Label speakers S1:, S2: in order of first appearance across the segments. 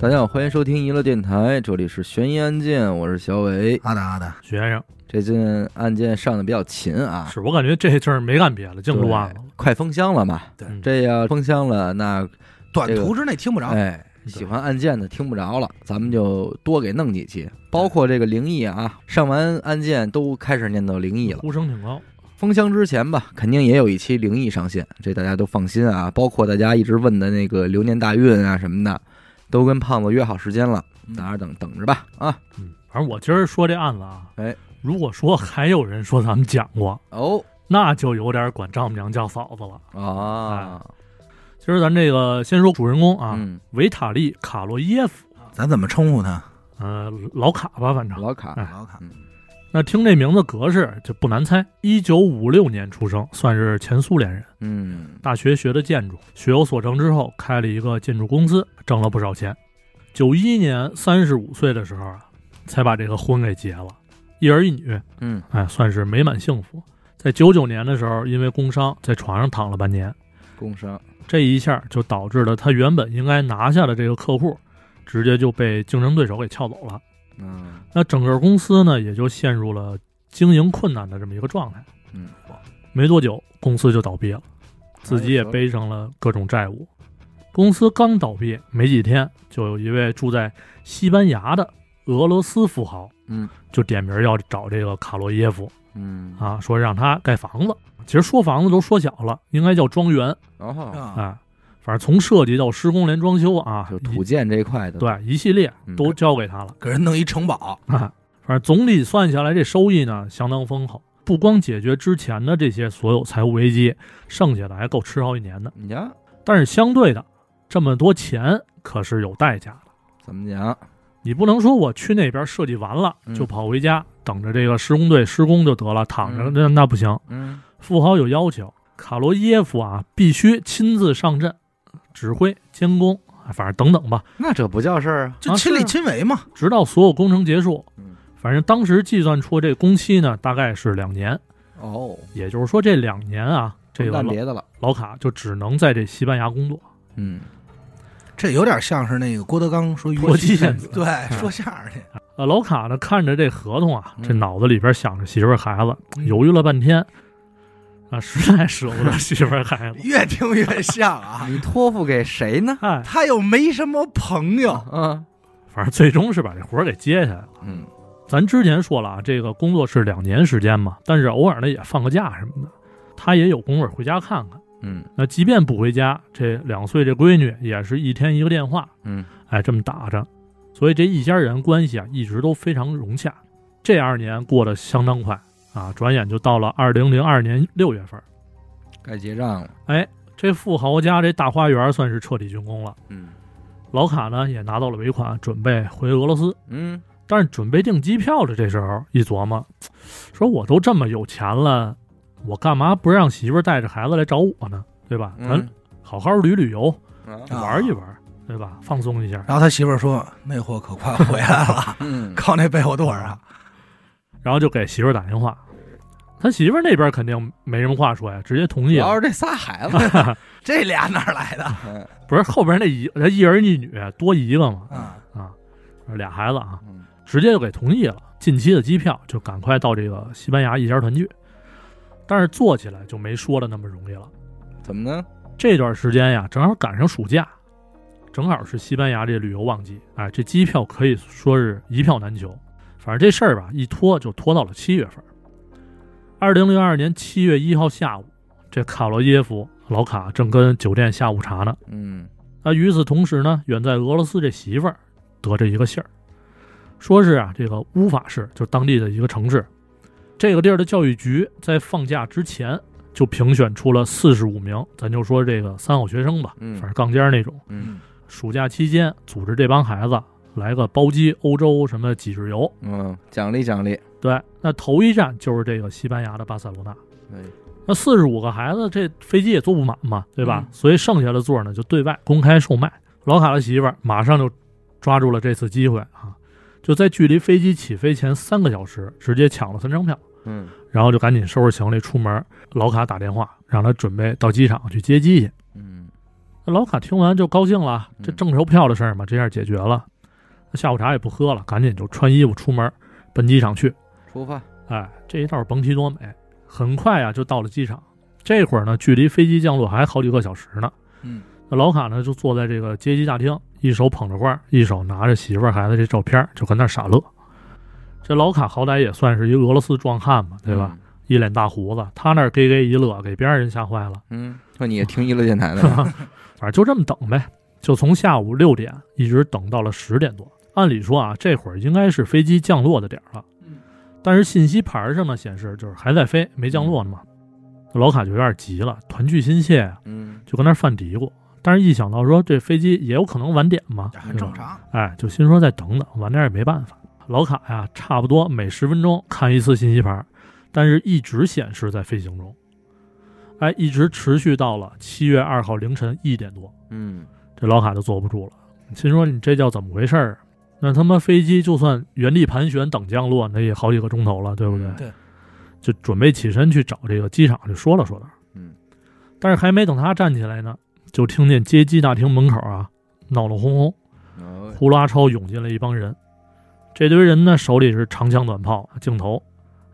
S1: 大家好，欢迎收听娱乐电台，这里是悬疑案件，我是小伟。
S2: 阿达阿达，
S3: 许先生，
S1: 这件案件上的比较勤啊，
S3: 是我感觉这阵儿没干别的，净录案
S1: 对
S3: 了。
S1: 快封箱了嘛？
S2: 对
S3: 嗯
S1: 这要封箱了，那
S2: 短途之内听不着，
S1: 哎，
S3: 对
S1: 喜欢案件的听不着了，咱们就多给弄几期，包括这个灵异啊，上完案件都开始念叨灵异了。
S3: 呼声挺高，
S1: 封箱之前吧，肯定也有一期灵异上线，这大家都放心啊。包括大家一直问的那个流年大运啊什么的，都跟胖子约好时间了，
S2: 嗯
S1: 大家等等着吧啊。
S3: 嗯，反正我今儿说这案子啊，
S1: 哎，
S3: 如果说还有人说咱们讲过，
S1: 哦
S3: 那就有点管丈母娘叫嫂子了。
S1: 啊，
S3: 今儿咱这个先说主人公啊，
S1: 嗯，
S3: 维塔利·卡洛耶夫，
S2: 咱怎么称呼他？
S3: 呃，老卡吧，反正
S1: 老卡，
S3: 哎
S2: 老卡，
S3: 那听这名字格式就不难猜，一九五六年出生，算是前苏联人。
S1: 嗯
S3: 大学学的建筑，学有所成之后开了一个建筑公司，挣了不少钱。九一年三十五岁的时候啊，才把这个婚给结了，一儿一女，
S1: 嗯
S3: 哎，算是美满幸福。在九九年的时候，因为工伤在床上躺了半年，
S1: 工伤，
S3: 这一下就导致了他原本应该拿下的这个客户，直接就被竞争对手给撬走了。
S1: 嗯
S3: 那整个公司呢，也就陷入了经营困难的这么一个状态。
S1: 嗯，
S3: 没多久，公司就倒闭了，自己也背上了各种债务。公司刚倒闭没几天，就有一位住在西班牙的俄罗斯富豪，
S1: 嗯，
S3: 就点名要找这个卡洛耶夫
S1: 嗯，
S3: 啊，说让他盖房子。其实说房子都说小了，应该叫庄园
S1: 哦，
S2: 啊，
S3: 啊。反正从设计到施工连装修啊，
S1: 就
S3: 一
S1: 土建这一块的，，
S3: 对一系列
S1: 嗯
S3: 都交给他了。
S2: 给人弄一城堡，
S3: 啊，反正总体算下来，这收益呢相当丰厚，不光解决之前的这些所有财务危机，剩下的还够吃好几年的。
S1: 你瞧
S3: 但是相对的，这么多钱可是有代价的，
S1: 怎么讲？
S3: 你不能说我去那边设计完了
S1: 嗯
S3: 就跑回家、等着这个施工队施工就得了，躺着
S1: 嗯
S3: 那那不行。
S1: 嗯，
S3: 富豪有要求，卡罗耶夫啊必须亲自上阵，指挥监工，啊反正等等吧，
S1: 那这不叫事儿啊，
S2: 就亲力亲为嘛。
S3: 直到所有工程结束
S1: 嗯。
S3: 反正当时计算出这工期呢，大概是两年。
S1: 哦，
S3: 也就是说，这两年啊，这个
S1: 干
S3: 老
S1: 别的了，
S3: 老卡就只能在这西班牙工作。
S1: 嗯
S2: 这有点像是那个郭德纲说
S3: 脱妻献
S2: 子
S3: 子，
S2: 对，说相声去，
S3: 呃，老卡呢看着这合同啊，
S1: 嗯
S3: 这脑子里边想着媳妇儿孩子，
S2: 嗯
S3: 犹豫了半天，啊，实在舍不得媳妇儿孩
S1: 嗯
S3: 子，
S2: 越听越像啊。
S1: 你托付给谁呢？
S3: 哎，
S2: 他又没什么朋友，
S1: 嗯
S3: 反正最终是把这活儿给接下来了。
S1: 嗯
S3: 咱之前说了啊，这个工作是两年时间嘛，但是偶尔呢也放个假什么的，他也有功夫回家看看。
S1: 嗯
S3: 那即便不回家，这两岁这闺女也是一天一个电话，
S1: 嗯，
S3: 哎，这么打着，所以这一家人关系啊一直都非常融洽。这二年过得相当快啊，转眼就到了二零零二年六月份儿，
S1: 该结账了，
S3: 这富豪家这大花园算是彻底竣工了。
S1: 嗯
S3: 老卡呢也拿到了尾款，准备回俄罗斯。
S1: 嗯
S3: 但是准备订机票的这时候一琢磨，说我都这么有钱了，我干嘛不让媳妇儿带着孩子来找我呢？对吧？咱
S1: 嗯
S3: 好好旅旅游，
S1: 啊
S2: 啊
S3: 玩一玩，对吧？放松一下。
S2: 然后他媳妇儿说：“那货可快回来了，
S1: 嗯
S2: 靠那被窝垛啊，
S3: 然后就给媳妇儿打电话，他媳妇儿那边肯定没什么话 说呀，直接同
S1: 主
S3: 意
S1: 要
S3: 了。
S1: 是这仨孩 子，
S2: 这俩哪儿来的
S1: 嗯
S3: 不是后边那一他一儿一女多一个嘛
S2: 啊？
S3: 啊，俩孩子啊，
S1: 嗯
S3: 直接就给同意了。近期的机票就赶快到这个西班牙一家团聚，但是做起来就没说的那么容易了。
S1: 怎么呢？
S3: 这段时间呀，正好赶上暑假，正好是西班牙这旅游旺季，哎，这机票可以说是一票难求。反正这事儿吧，一拖就拖到了七月份。二零零二年七月一号下午，这卡罗耶夫老卡正跟酒店下午茶呢。
S1: 嗯
S3: 那与此同时呢，远在俄罗斯这媳妇儿得着一个信儿，说是啊，这个乌法市就当地的一个城市，这个地儿的教育局在放假之前就评选出了四十五名，咱就说这个三好学生吧，
S1: 嗯
S3: 反正杠尖儿那种。
S1: 嗯
S3: 暑假期间组织这帮孩子来个包机欧洲什么几日游，
S1: 嗯，奖励奖励，
S3: 对，那头一站就是这个西班牙的巴塞罗那。
S1: 哎
S3: 那四十五个孩子，这飞机也坐不满嘛，对吧？
S2: 嗯
S3: 所以剩下的座呢就对外公开售卖。老卡的媳妇儿马上就抓住了这次机会啊，就在距离飞机起飞前三个小时，直接抢了三张票，
S1: 嗯
S3: 然后就赶紧收拾行李出门。老卡打电话让他准备到机场去接机去。
S1: 嗯
S3: 那老卡听完就高兴了，这
S1: 嗯
S3: 挣着票的事儿嘛，这下解决了。那下午茶也不喝了，赶紧就穿衣服出门，奔机场去。
S1: 出发，
S3: 哎，这一道甭提多美。很快啊，就到了机场。这会儿呢，距离飞机降落还好几个小时呢。
S2: 嗯，
S3: 那老卡呢就坐在这个接机大厅，一手捧着罐，一手拿着媳妇儿孩子这照片，就跟那儿傻乐。这老卡好歹也算是一俄罗斯壮汉嘛，对
S1: 嗯
S3: 吧？？一脸大胡子，他那儿咯咯一乐，给边上人吓坏了。
S1: 嗯，说你也听娱乐电台 的吧，
S3: 反正就这么等呗，就从下午六点一直等到了十点多。按理说啊，这会儿应该是飞机降落的点儿了
S2: 嗯，
S3: 但是信息牌上呢显示就是还在飞，没降落呢嘛。老卡就有点急了，团聚心切啊，
S1: 嗯，
S3: 就跟那儿犯嘀咕。但是，一想到说这飞机也有可能晚点嘛，
S2: 这
S3: 对
S2: 很
S3: 吧
S2: 正常。
S3: 哎，就心说再等等，晚点也没办法。老卡呀，差不多每十分钟看一次信息牌，但是一直显示在飞行中。哎，一直持续到了七月二号凌晨一点多，
S1: 嗯，
S3: 这老卡就坐不住了，心说你这叫怎么回事儿？那他妈飞机就算原地盘旋等降落，那也好几个钟头了，对不对？
S1: 嗯
S2: 对，
S3: 就准备起身去找这个机场去说道说道。
S1: 嗯，
S3: 但是还没等他站起来呢，就听见接机大厅门口啊闹闹哄哄，
S1: 哦
S3: 呼啦超涌进了一帮人。这堆人呢，手里是长枪短炮、镜头，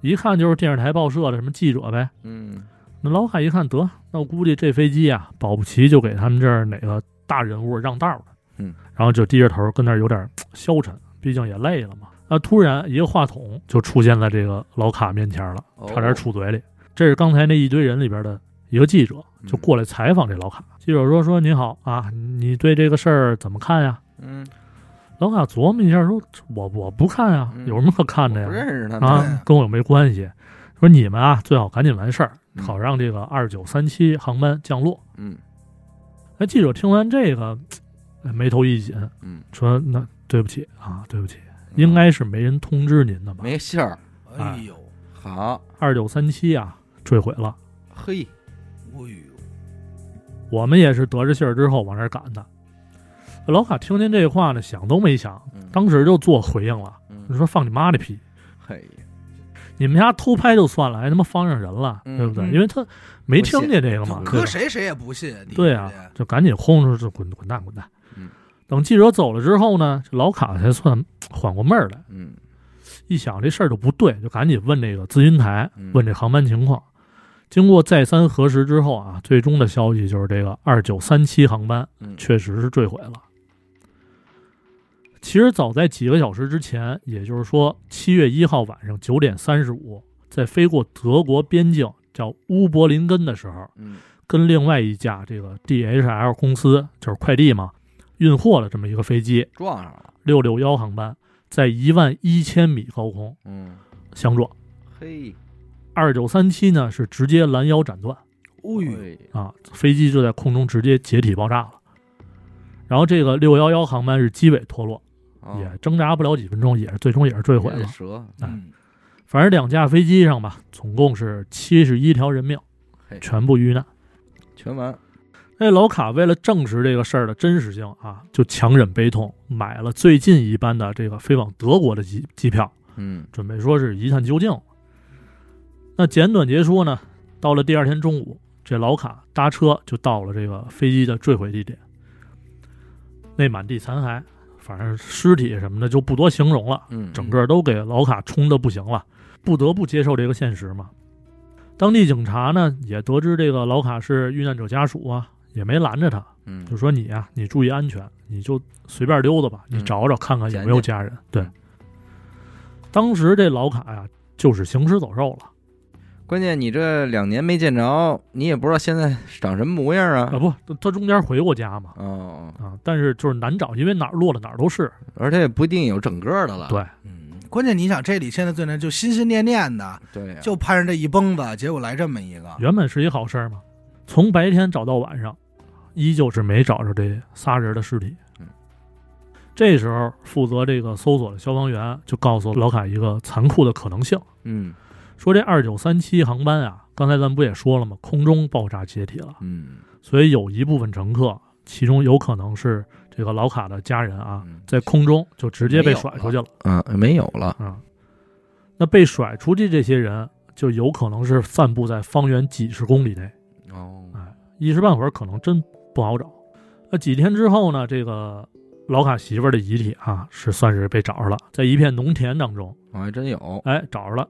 S3: 一看就是电视台报社的什么记者呗。
S1: 嗯，
S3: 那老海一看，得，那我估计这飞机啊，保不齐就给他们这儿哪个大人物让道了。
S1: 嗯，
S3: 然后就低着头跟那儿有点嘖消沉，毕竟也累了嘛。那突然一个话筒就出现在这个老卡面前了，
S1: 哦
S3: 差点杵嘴里。这是刚才那一堆人里边的一个记者，
S1: 嗯
S3: 就过来采访这老卡。记者说：“说您好啊，你对这个事儿怎么看呀
S1: 嗯，？”
S3: 老卡琢磨一下说：“我我不看啊，
S1: 嗯
S3: 有什么可看的
S1: 我
S3: 呀
S1: 不？认识他们，
S3: 啊，跟我又没关系。说你们啊，最好赶紧完事儿，
S1: 嗯
S3: 好让这个二九三七航班降落。
S1: 嗯
S3: 那记者听完这个，嘖眉头一紧，
S1: 嗯，
S3: 说：“那对不起啊，对不起，应该是没人通知您的吧？
S1: 嗯没信儿，
S2: 哎呦，
S1: 好，
S3: 二九三七啊，坠毁了。
S1: 嘿，
S2: 哎呦，
S3: 我们也是得着信儿之后往这儿赶的。”老卡听见这话呢，想都没想，
S1: 嗯
S3: 当时就做回应了。你
S1: 嗯，
S3: 说放你妈的屁！
S1: 嘿，
S3: 你们家偷拍就算了，还他妈放上人了，
S1: 嗯
S3: 对不对？
S2: 嗯
S3: 因为他没听见这个嘛
S2: 就，
S3: 对
S2: 搁
S3: 吧
S2: 谁谁也不信。你
S3: 对啊，就赶紧轰出去，滚滚蛋滚蛋
S1: 嗯。
S3: 等记者走了之后呢，这老卡才算缓过闷儿来，
S1: 嗯
S3: 一想这事儿就不对，就赶紧问这个咨询台
S1: 嗯，
S3: 问这航班情况。经过再三核实之后啊，最终的消息就是这个二九三七航班
S1: 嗯，
S3: 确实是坠毁了。其实早在几个小时之前，也就是说七月一号晚上九点三十五，在飞过德国边境叫乌柏林根的时候，
S1: 嗯
S3: 跟另外一架这个 DHL 公司，就是快递嘛，运货了这么一个飞机
S1: 撞上了，
S3: 六六幺航班，在一万一千米高空
S1: 嗯，
S3: 相撞。
S1: 嘿，
S3: 二九三七呢是直接拦腰斩断
S2: 哎呦，
S1: 哎
S3: 啊，飞机就在空中直接解体爆炸了。然后这个六幺幺航班是机尾脱落，
S1: 哦
S3: 也挣扎不了几分钟，也是最终也是坠毁
S1: 也得
S3: 了。啊
S1: 折，
S2: 嗯，
S3: 反正两架飞机上吧，总共是七十一条人命
S1: 嘿，
S3: 全部遇难。
S1: 全完，
S3: 那哎老卡为了证实这个事儿的真实性啊，就强忍悲痛，买了最近一班的这个飞往德国的机机票，
S1: 嗯
S3: 准备说是一探究竟。那简短截说呢，到了第二天中午，这老卡搭车就到了这个飞机的坠毁地点，那满地残骸，反正尸体什么的就不多形容了，
S1: 嗯，
S3: 整个都给老卡冲的不行了，不得不接受这个现实嘛。当地警察呢也得知这个老卡是遇难者家属啊，也没拦着他，
S1: 嗯
S3: 就说你呀、你注意安全，你就随便溜达吧，
S1: 嗯
S3: 你找找看看有没有
S1: 捡去嗯
S3: 家人。对，当时这老卡呀、就是行尸走肉了
S1: 关键你这两年没见着，你也不知道现在长什么模样
S3: 啊，
S1: 啊。
S3: 不，他他中间回过家嘛
S1: 哦，
S3: 啊，但是就是难找，因为哪儿落的哪儿都是。
S1: 而且也不一定有整个的了。
S3: 对，
S2: 嗯，关键你想，这里现在最难，就心心念念的，
S1: 对呀，
S2: 就盼着这一蹦子，结果来这么一个，
S3: 原本是一好事儿嘛，从白天找到晚上，依旧是没找着这仨人的尸体
S1: 嗯。
S3: 这时候，负责这个搜索的消防员就告诉老卡一个残酷的可能性，
S1: 嗯
S3: 说这二九三七航班啊，刚才咱们不也说了吗？空中爆炸解体了，
S1: 嗯
S3: 所以有一部分乘客，其中有可能是这个老卡的家人啊，
S1: 嗯
S3: 在空中就直接被甩出去了
S1: 啊，没有了。
S3: 啊、那被甩出去这些人，就有可能是散布在方圆几十公里内，
S1: 哦
S3: 一时半会儿可能真不好找。那几天之后呢，这个老卡媳妇儿的遗体啊，是算是被找着了，在一片农田当中，
S1: 我还真有，
S3: 哎，找着了。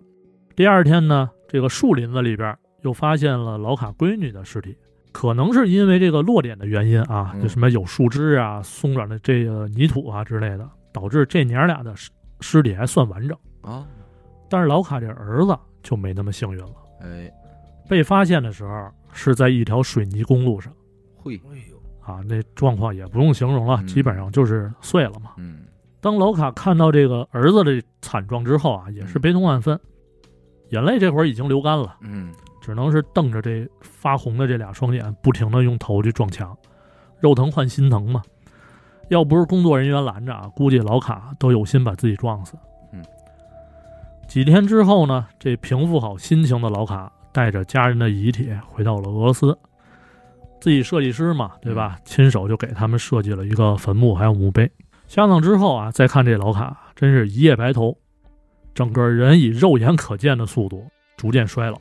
S3: 第二天呢，这个树林子里边又发现了老卡闺女的尸体，可能是因为这个落点的原因啊，
S1: 嗯
S3: 就什么有树枝啊、松软的这个泥土啊之类的，导致这娘俩的尸尸体还算完整。
S1: 啊，
S3: 但是老卡这儿子就没那么幸运了，
S1: 哎，
S3: 被发现的时候是在一条水泥公路上
S1: 会，
S2: 哎呦，
S3: 啊，那状况也不用形容了，
S1: 嗯
S3: 基本上就是碎了嘛。
S1: 嗯，
S3: 当老卡看到这个儿子的惨状之后啊，也是悲痛万分，眼泪这会儿已经流干了，
S1: 嗯，
S3: 只能是瞪着这发红的这俩双眼，不停的用头去撞墙，肉疼换心疼嘛。要不是工作人员拦着啊，估计老卡都有心把自己撞死。
S1: 嗯，
S3: 几天之后呢，这平复好心情的老卡带着家人的遗体回到了俄罗斯，自己设计师嘛，对吧？亲手就给他们设计了一个坟墓，还有墓碑。下葬之后啊，再看这老卡，真是一夜白头，整个人以肉眼可见的速度逐渐衰老。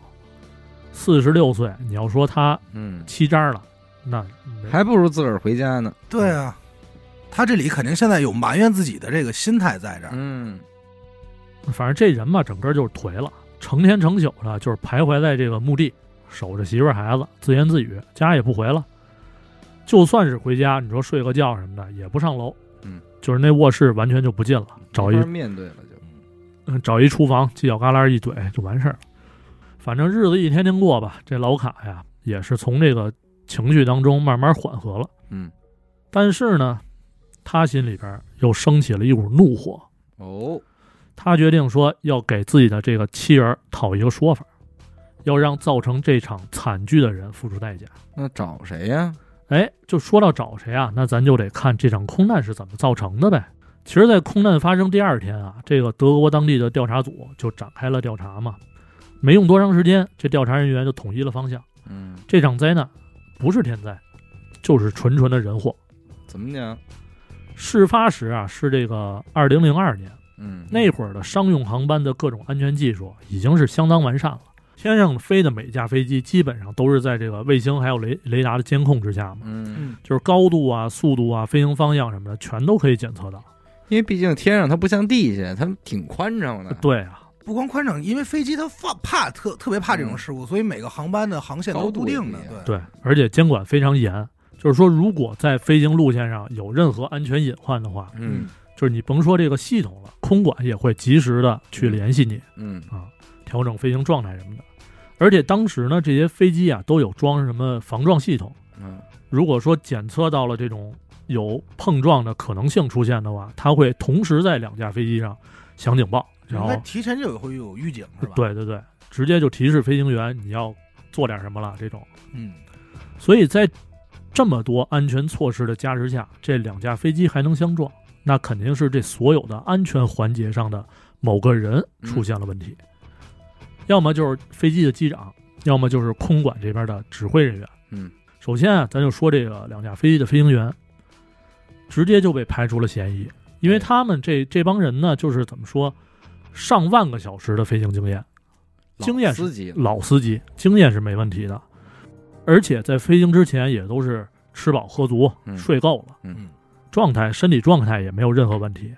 S3: 四十六岁，你要说他
S1: 嗯，
S3: 七张了，那没
S1: 还不如自个儿回家呢，
S2: 对啊，他这里肯定现在有埋怨自己的这个心态在这儿。
S1: 嗯，
S3: 反正这人嘛，整个就是颓了，成天成宿的，就是徘徊在这个墓地，守着媳妇儿孩子，自言自语，家也不回了。就算是回家，你说睡个觉什么的，也不上楼，
S1: 嗯，
S3: 就是那卧室完全就不进了，找一
S1: 没法面对了就，
S3: 嗯，找一厨房犄角旮旯一怼就完事儿了。反正日子一天天过吧，这老卡呀也是从这个情绪当中慢慢缓和了。
S1: 嗯，
S3: 但是呢，他心里边又升起了一股怒火，
S1: 哦，
S3: 他决定说要给自己的这个妻儿讨一个说法，要让造成这场惨剧的人付出代价。
S1: 那找谁呀？
S3: 哎，就说到找谁啊，那咱就得看这场空难是怎么造成的呗。其实，在空难发生第二天啊，这个德国当地的调查组就展开了调查嘛。没用多长时间，这调查人员就统一了方向，
S1: 嗯，
S3: 这场灾难不是天灾，就是纯纯的人祸。
S1: 怎么讲？
S3: 事发时啊，是这个二零零二年，
S1: 嗯，
S3: 那会儿的商用航班的各种安全技术已经是相当完善了。天上飞的每架飞机基本上都是在这个卫星还有雷雷达的监控之下嘛，
S1: 嗯，
S3: 就是高度啊、速度啊、飞行方向什么的，全都可以检测到。
S1: 因为毕竟天上它不像地下，它挺宽敞的，
S3: 对啊，
S2: 不光宽敞，因为飞机它怕怕特特别怕这种事故，所以每个航班的航线
S1: 高
S2: 都
S1: 度
S2: 固定的
S1: 也。不一样
S2: 对，
S3: 对，而且监管非常严。就是说，如果在飞行路线上有任何安全隐患的话，
S1: 嗯
S3: 就是你甭说这个系统了，空管也会及时的去联系你，
S1: 嗯
S3: 调整飞行状态什么的。而且当时呢，这些飞机啊都有装什么防撞系统，
S1: 嗯，
S3: 如果说检测到了这种有碰撞的可能性出现的话，它会同时在两架飞机上响警报，然
S2: 应
S3: 后
S2: 该提前就有会有预警是吧？，
S3: 对对对，直接就提示飞行员你要做点什么了这种。
S2: 嗯，
S3: 所以在这么多安全措施的加持下，这两架飞机还能相撞，那肯定是这所有的安全环节上的某个人
S2: 嗯
S3: 出现了问题，要么就是飞机的机长，要么就是空管这边的指挥人员。
S1: 嗯，
S3: 首先啊，咱就说这个两架飞机的飞行员，直接就被排除了嫌疑，因为他们这这帮人呢，就是怎么说，上万个小时的飞行经验。
S1: 嗯老
S3: 经验是
S1: 司机了，
S3: 老司机，经验是没问题的，而且在飞行之前也都是吃饱喝足、
S1: 嗯
S3: 睡够了，
S1: 嗯
S3: 状态身体状态也没有任何问题，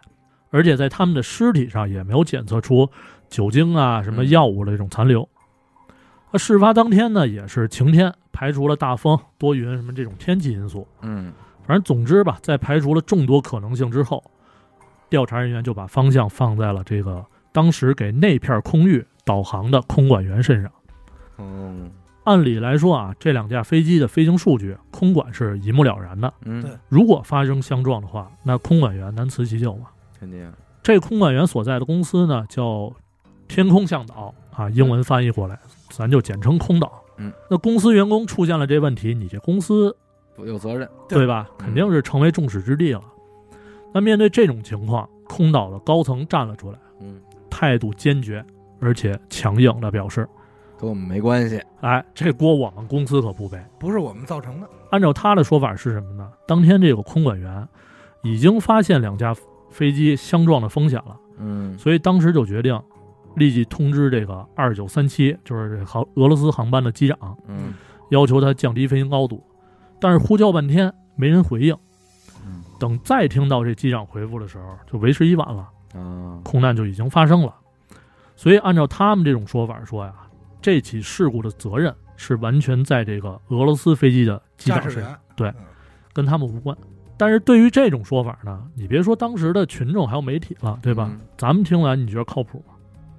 S3: 而且在他们的尸体上也没有检测出酒精啊、什么
S1: 嗯
S3: 药物的这种残留。那事发当天呢，也是晴天，排除了大风、多云什么这种天气因素。
S1: 嗯
S3: 反正总之吧，在排除了众多可能性之后，调查人员就把方向放在了这个当时给那片空域导航的空管员身上。
S1: 哦
S3: 按理来说啊，这两架飞机的飞行数据，空管是一目了然的。
S1: 嗯
S2: 对，
S3: 如果发生相撞的话，那空管员难辞其咎嘛。
S1: 肯定
S3: 这空管员所在的公司呢，叫天空向导啊，英文翻译过来，咱就简称空导。
S1: 嗯，
S3: 那公司员工出现了这问题，你这公司
S1: 有责任，
S2: 对
S3: 对吧？肯定是成为众矢之的了。那面对这种情况，空岛的高层站了出来，
S1: 嗯，
S3: 态度坚决而且强硬的表示：“
S1: 跟我们没关系，
S3: 哎，这锅我们公司可不背。”
S2: 不是我们造成的。
S3: 按照他的说法是什么呢？当天这个空管员已经发现两架飞机相撞的风险了，
S1: 嗯
S3: 所以当时就决定立即通知这个二九三七，就是这航俄罗斯航班的机长，
S1: 嗯
S3: 要求他降低飞行高度。但是呼叫半天没人回应
S1: 嗯。
S3: 等再听到这机长回复的时候，就为时已晚了，
S1: 啊，
S3: 空难就已经发生了。所以，按照他们这种说法说呀，这起事故的责任是完全在这个俄罗斯飞机的机
S2: 驾
S3: 长
S2: 驶
S3: 身上。
S2: 员
S3: 对跟他们无关。但是对于这种说法呢，你别说当时的群众还有媒体了，对吧？
S1: 嗯
S3: 咱们听完你觉得靠谱吗？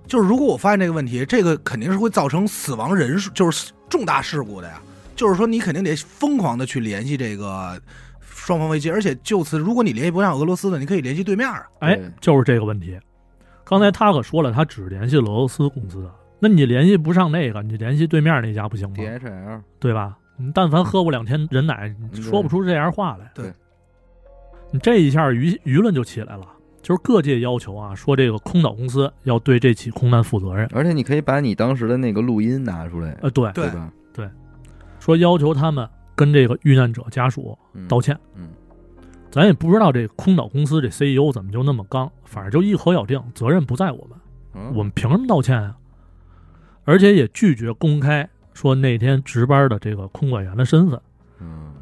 S2: 就是如果我发现这个问题，这个肯定是会造成死亡人数，就是重大事故的呀。就是说，你肯定得疯狂的去联系这个双方危机，而且就此，如果你联系不上俄罗斯的，你可以联系对面啊。
S3: 哎
S1: 对，
S3: 就是这个问题。刚才他可说了，他只联系俄罗斯公司的，啊那你联系不上那个，你联系对面那家不行吗？
S1: DHL
S3: 对吧？你但凡喝过两天人奶，你
S1: 对
S3: 说不出这样话来。
S2: 对，
S3: 你这一下舆舆论就起来了，就是各界要求啊，说这个空岛公司要对这起空难负责任。
S1: 而且你可以把你当时的那个录音拿出来，
S3: 呃，对，
S2: 对
S1: 吧？
S3: 说要求他们跟这个遇难者家属
S1: 嗯
S3: 道歉。
S1: 嗯，
S3: 咱也不知道这空岛公司这 CEO 怎么就那么刚，反正就一口咬定责任不在我们，
S1: 嗯
S3: 我们凭什么道歉啊？而且也拒绝公开说那天值班的这个空管员的身份。
S1: 嗯，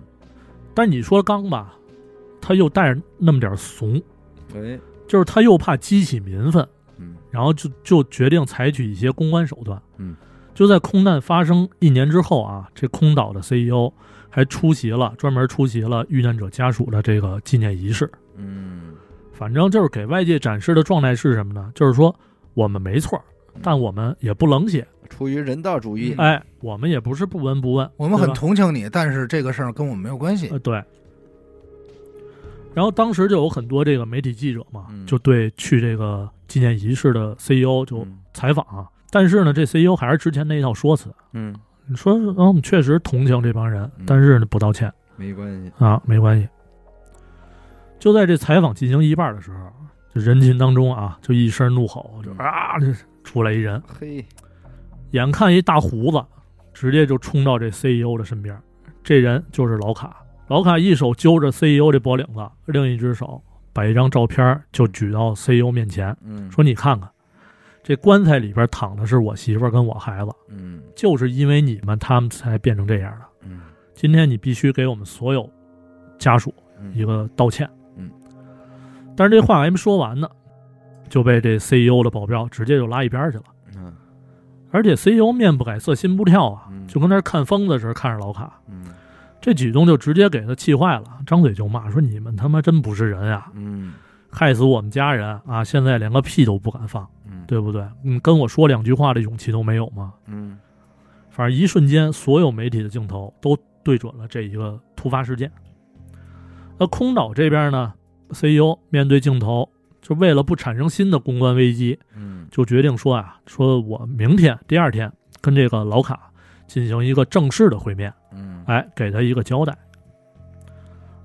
S3: 但你说刚吧，他又带着那么点儿怂，
S1: 哎，
S3: 就是他又怕激起民愤，
S1: 嗯
S3: 然后就就决定采取一些公关手段。
S1: 嗯，
S3: 就在空难发生一年之后啊，这空岛的 CEO 还出席了专门出席了遇难者家属的这个纪念仪式。
S1: 嗯
S3: 反正就是给外界展示的状态是什么呢？就是说我们没错儿，但我们也不冷血，
S1: 出于人道主义，
S2: 嗯
S3: 哎，我们也不是不闻不问，
S2: 我们
S3: 对
S2: 很
S3: 吧
S2: 同情你，但是这个事儿跟我们没有关系。
S3: 呃对。然后当时就有很多这个媒体记者嘛，
S1: 嗯
S3: 就对去这个纪念仪式的 CEO 就
S1: 嗯
S3: 采访、啊，但是呢，这 CEO 还是之前那一套说辞，
S1: 嗯，
S3: 你说嗯，我们确实同情这帮人
S1: 嗯，
S3: 但是呢不道歉。
S1: 没关系，
S3: 啊，没关系。就在这采访进行一半的时候，这人群当中啊，就一声怒吼，就啊，这出来一人，
S1: 嘿，
S3: 眼看一大胡子，直接就冲到这 CEO 的身边。这人就是老卡，老卡一手揪着 CEO 这脖领子，另一只手把一张照片就举到 CEO 面前，
S1: 嗯，
S3: 说：“你看看，这棺材里边躺的是我媳妇儿跟我孩子，
S1: 嗯
S3: 就是因为你们，他们才变成这样的。
S1: 嗯
S3: 今天你必须给我们所有家属
S1: 嗯，
S3: 一个道歉。
S1: 嗯，
S3: 但是这话还没说完呢，就被这 CEO 的保镖直接就拉一边去了。
S1: 嗯
S3: 而且 CEO 面不改色心不跳啊
S1: 嗯，
S3: 就跟那儿看疯子似的看着老卡，
S1: 嗯
S3: 这举动就直接给他气坏了，张嘴就骂说：“你们他妈真不是人啊，
S1: 嗯
S3: 害死我们家人啊！现在连个屁都不敢放，
S1: 嗯，
S3: 对不对？你跟我说两句话的勇气都没有吗
S1: 嗯？”
S3: 反正一瞬间，所有媒体的镜头都对准了这一个突发事件。那空岛这边呢，CEO 面对镜头，就为了不产生新的公关危机，
S1: 嗯
S3: 就决定说啊，说我明天第二天跟这个老卡进行一个正式的会面，
S1: 嗯，
S3: 哎，给他一个交代。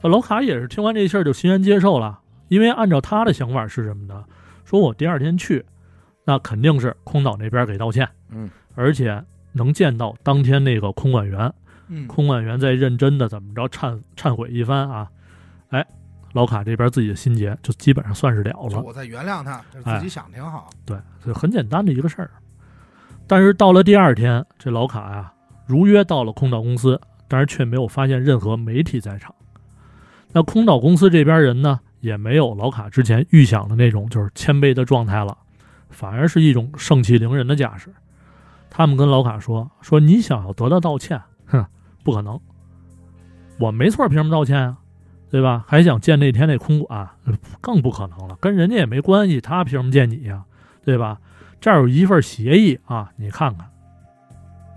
S3: 呃老卡也是听完这事儿就欣然接受了，因为按照他的想法是什么呢？说我第二天去，那肯定是空岛那边给道歉，
S1: 嗯，
S3: 而且能见到当天那个空管员，
S2: 嗯，
S3: 空管员在认真的怎么着忏忏悔一番啊，哎，老卡这边自己的心结就基本上算是了
S2: 就
S3: 了。
S2: 我在原谅
S3: 哎
S2: 他，就是自己想挺好。
S3: 对，这很简单的一个事儿。但是到了第二天，这老卡呀、如约到了空岛公司，但是却没有发现任何媒体在场。那空岛公司这边人呢，也没有老卡之前预想的那种就是谦卑的状态了，反而是一种盛气凌人的架势。他们跟老卡说：“说你想要得到道歉，哼，不可能。我没错，凭什么道歉啊？对吧？还想见那天那空管、更不可能了，跟人家也没关系，他凭什么见你呀、对吧？这儿有一份协议啊，你看看。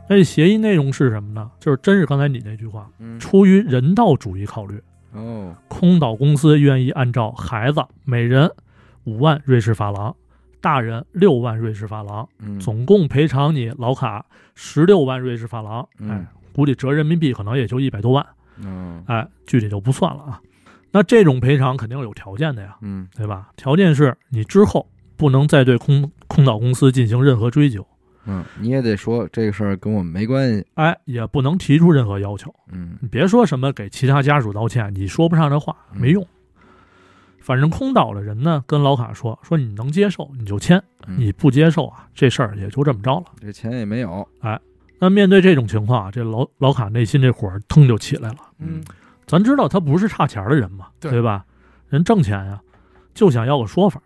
S3: 那协议内容是什么呢？就是真是刚才你那句话，
S1: 嗯
S3: 出于人道主义考虑，
S1: 哦，
S3: 空岛公司愿意按照孩子每人五万瑞士法郎，大人六万瑞士法郎，
S1: 嗯，
S3: 总共赔偿你老卡十六万瑞士法郎。
S1: 嗯
S3: 哎，估计折人民币可能也就一百多万，
S1: 嗯
S3: 哎，具体就不算了啊。那这种赔偿肯定有条件的呀，
S1: 嗯
S3: 对吧？条件是你之后不能再对空空岛公司进行任何追究，
S1: 嗯，你也得说这个事儿跟我们没关系，
S3: 哎，也不能提出任何要求。
S1: 嗯
S3: 你别说什么给其他家属道歉，你说不上这话
S1: 嗯
S3: 没用。反正空岛的人呢，跟老卡说说你能接受你就签，
S1: 嗯
S3: 你不接受啊，这事儿也就这么着了。
S1: 这钱也没有，
S3: 那面对这种情况啊，这老老卡内心这火儿腾就起来了。
S1: 嗯
S3: 咱知道他不是差钱的人嘛，
S2: 对
S3: 吧？人挣钱呀、就想要个说法。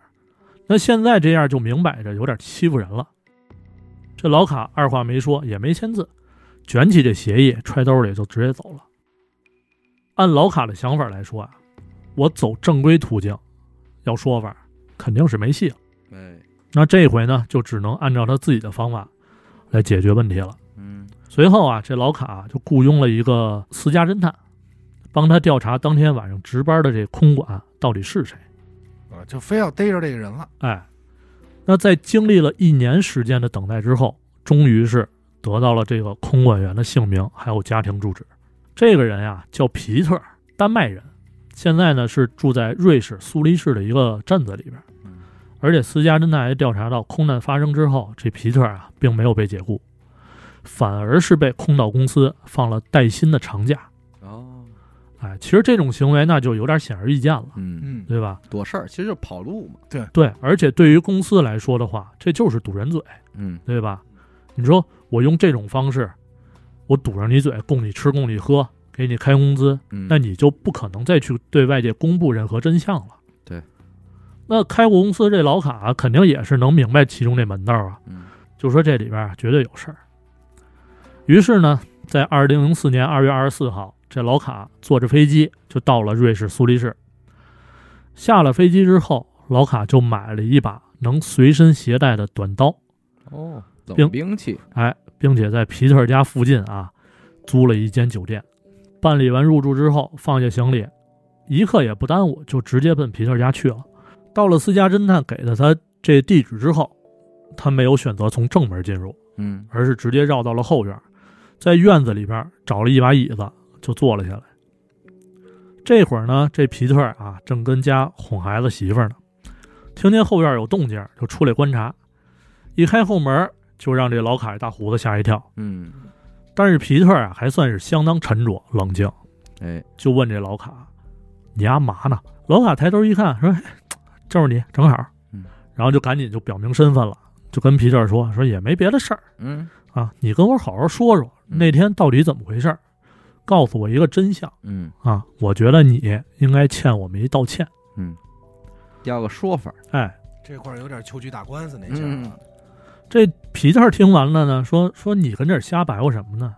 S3: 那现在这样就明摆着有点欺负人了。这老卡二话没说，也没签字，卷起这协议揣兜里就直接走了。按老卡的想法来说啊，我走正规途径，要说法肯定是没戏了。
S1: 哎，
S3: 那这回呢，就只能按照他自己的方法来解决问题了。
S1: 嗯，
S3: 随后啊，这老卡就雇佣了一个私家侦探，帮他调查当天晚上值班的这空管到底是谁。
S2: 啊，就非要逮着这个人了。
S3: 哎，那在经历了一年时间的等待之后，终于是得到了这个空管员的姓名还有家庭住址。这个人呀、叫皮特，丹麦人，现在呢是住在瑞士苏黎世的一个镇子里边
S1: 嗯。
S3: 而且私家侦探还调查到，空难发生之后，这皮特啊并没有被解雇，反而是被空岛公司放了带薪的长假。
S1: 哦，
S3: 哎，其实这种行为那就有点显而易见了，
S1: 嗯，
S2: 嗯，
S3: 对吧？
S1: 躲事儿其实就是跑路嘛，
S3: 对，而且对于公司来说的话，这就是堵人嘴。
S1: 嗯，
S3: 对吧？你说我用这种方式，我堵上你嘴，供你吃，供你喝，给你开工资，
S1: 嗯
S3: 那你就不可能再去对外界公布任何真相了。
S1: 对，
S3: 那开国公司这老卡肯定也是能明白其中这门道啊，
S1: 嗯
S3: 就说这里边绝对有事儿。于是呢，在二零零四年二月二十四号，这老卡坐着飞机就到了瑞士苏黎世。下了飞机之后，老卡就买了一把能随身携带的短刀。
S1: 哦，冷
S3: 并
S1: 兵器，
S3: 哎，并且在皮特家附近啊租了一间酒店，办理完入住之后，放下行李，一刻也不耽误，就直接奔皮特家去了。到了私家侦探给的他这地址之后，他没有选择从正门进入，
S1: 嗯
S3: 而是直接绕到了后院，在院子里边找了一把椅子就坐了下来。这会儿呢，这皮特啊正跟家哄孩子媳妇儿呢，听见后院有动静就出来观察，一开后门就让这老凯大胡子吓一跳。
S1: 嗯，
S3: 但是皮特啊还算是相当沉着冷静，
S1: 哎，
S3: 就问这老卡：“你丫嘛呢？”老卡抬头一看，说：“哎就是你，正好。
S1: 嗯”
S3: 然后就赶紧就表明身份了，就跟皮特说：“说也没别的事儿。”
S1: 嗯
S3: 啊，你跟我好好说说
S1: 嗯
S3: 那天到底怎么回事儿，告诉我一个真相
S1: 嗯
S3: 啊！我觉得你应该欠我们一道歉。
S1: 嗯，要个说法儿，
S3: 哎，
S2: 这块儿有点秋菊打官司那劲儿了。
S3: 这皮特听完了呢，说说你跟这儿瞎白话什么呢？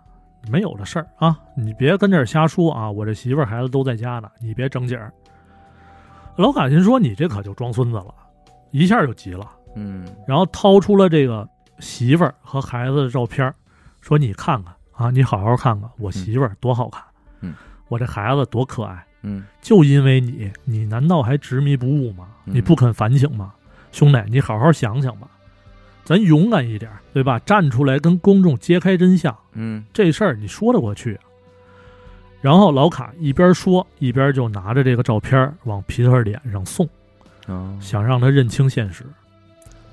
S3: 没有的事儿啊，你别跟这儿瞎说啊！我这媳妇儿孩子都在家呢，你别整景儿。老卡心说你这可就装孙子了，一下就急了，
S1: 嗯
S3: 然后掏出了这个媳妇儿和孩子的照片儿，说你看看啊，你好好看看我媳妇儿多好看，
S1: 嗯，
S3: 我这孩子多可爱。
S1: 嗯
S3: 就因为你，你难道还执迷不悟吗？
S1: 嗯
S3: 你不肯反省吗？兄弟，你好好想想吧，咱勇敢一点，对吧？站出来跟公众揭开真相，
S1: 嗯
S3: 这事儿你说得过去啊。然后老卡一边说，一边就拿着这个照片往皮特脸上送，
S1: 哦，
S3: 想让他认清现实。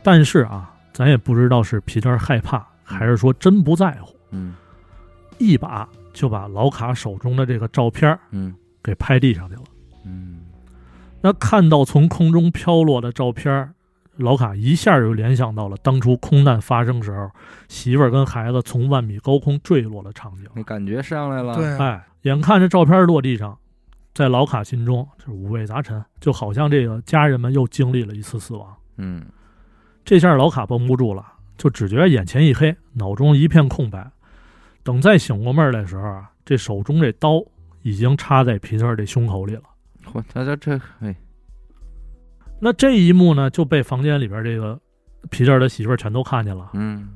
S3: 但是啊，咱也不知道是皮特害怕，还是说真不在乎，
S1: 嗯
S3: 一把就把老卡手中的这个照片
S1: 嗯
S3: 给拍地上去了。
S1: 嗯
S3: 那看到从空中飘落的照片儿，老卡一下就联想到了当初空难发生时候，媳妇儿跟孩子从万米高空坠落的场景。
S1: 那感觉上来了，
S2: 对，啊，
S3: 哎，眼看着照片落地上，在老卡心中这五味杂陈，就好像这个家人们又经历了一次死亡。
S1: 嗯
S3: 这下老卡绷不住了，就只觉得眼前一黑，脑中一片空白。等再醒过味儿来的时候啊，这手中这刀已经插在皮特这胸口里了。
S1: 我他这这，哎，
S3: 那这一幕呢，就被房间里边这个皮特的媳妇儿全都看见了。
S1: 嗯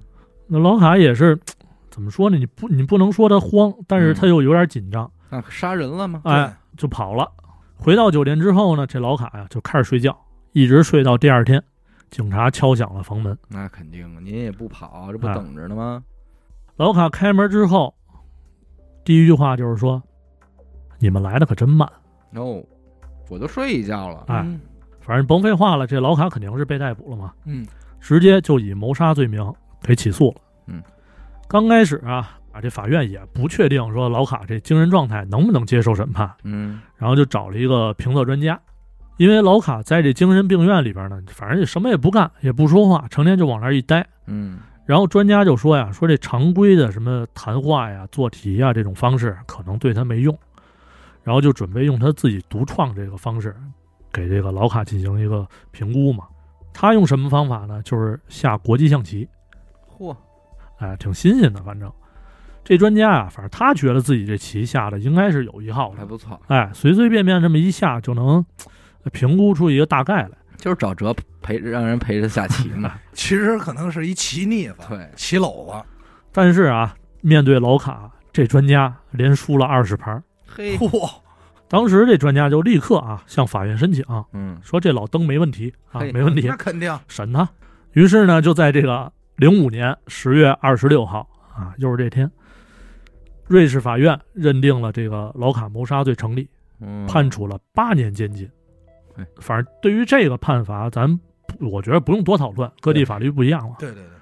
S3: 那老卡也是怎么说呢？你不，你不能说他慌，但是他又有点紧张，
S1: 那可杀人了吗？
S3: 哎，就跑了。回到酒店之后呢，这老卡呀、就开始睡觉，一直睡到第二天，警察敲响了房门。
S1: 那肯定啊，您也不跑，这不
S3: 哎
S1: 等着呢吗？
S3: 老卡开门之后，第一句话就是说：“你们来的可真慢。
S1: 哦，我都睡一觉了，
S3: 哎
S2: 嗯”
S3: 反正甭废话了，这老卡肯定是被逮捕了嘛。
S2: 嗯，
S3: 直接就以谋杀罪名给起诉了。
S1: 嗯，
S3: 刚开始啊，啊这法院也不确定说老卡这精神状态能不能接受审判，
S1: 嗯
S3: 然后就找了一个评测专家，因为老卡在这精神病院里边呢，反正也什么也不干，也不说话，成天就往那儿一待。
S1: 嗯
S3: 然后专家就说呀，说这常规的什么谈话呀、做题呀这种方式可能对他没用，然后就准备用他自己独创这个方式，给这个老卡进行一个评估嘛。他用什么方法呢？就是下国际象棋，
S1: 嚯，
S3: 哎，挺新鲜的。反正这专家啊，反正他觉得自己这棋下的应该是有一号
S1: 还
S3: 的，
S1: 不错，
S3: 哎，随随便便这么一下就能呃评估出一个大概来。
S1: 就是找辙陪让人陪着下棋嘛。
S2: 其实可能是一棋腻子，
S1: 对，
S2: 棋篓 子。
S3: 但是啊，面对老卡这专家，连输了二十盘儿。
S1: 嘿，
S2: 嚯，
S3: 当时这专家就立刻啊向法院申请、
S1: 嗯，
S3: 说这老登没问题啊，
S1: 嘿
S3: 没问题
S2: 那，肯定
S3: 审他。于是呢，就在这个零五年十月二十六号啊，又是这天，瑞士法院认定了这个老卡谋杀罪成立，
S1: 嗯哎
S3: 判处了八年监禁
S1: 嘿。
S3: 反正对于这个判罚，咱不我觉得不用多讨论，各地
S1: 对
S3: 法律不一样了。
S2: 对对对，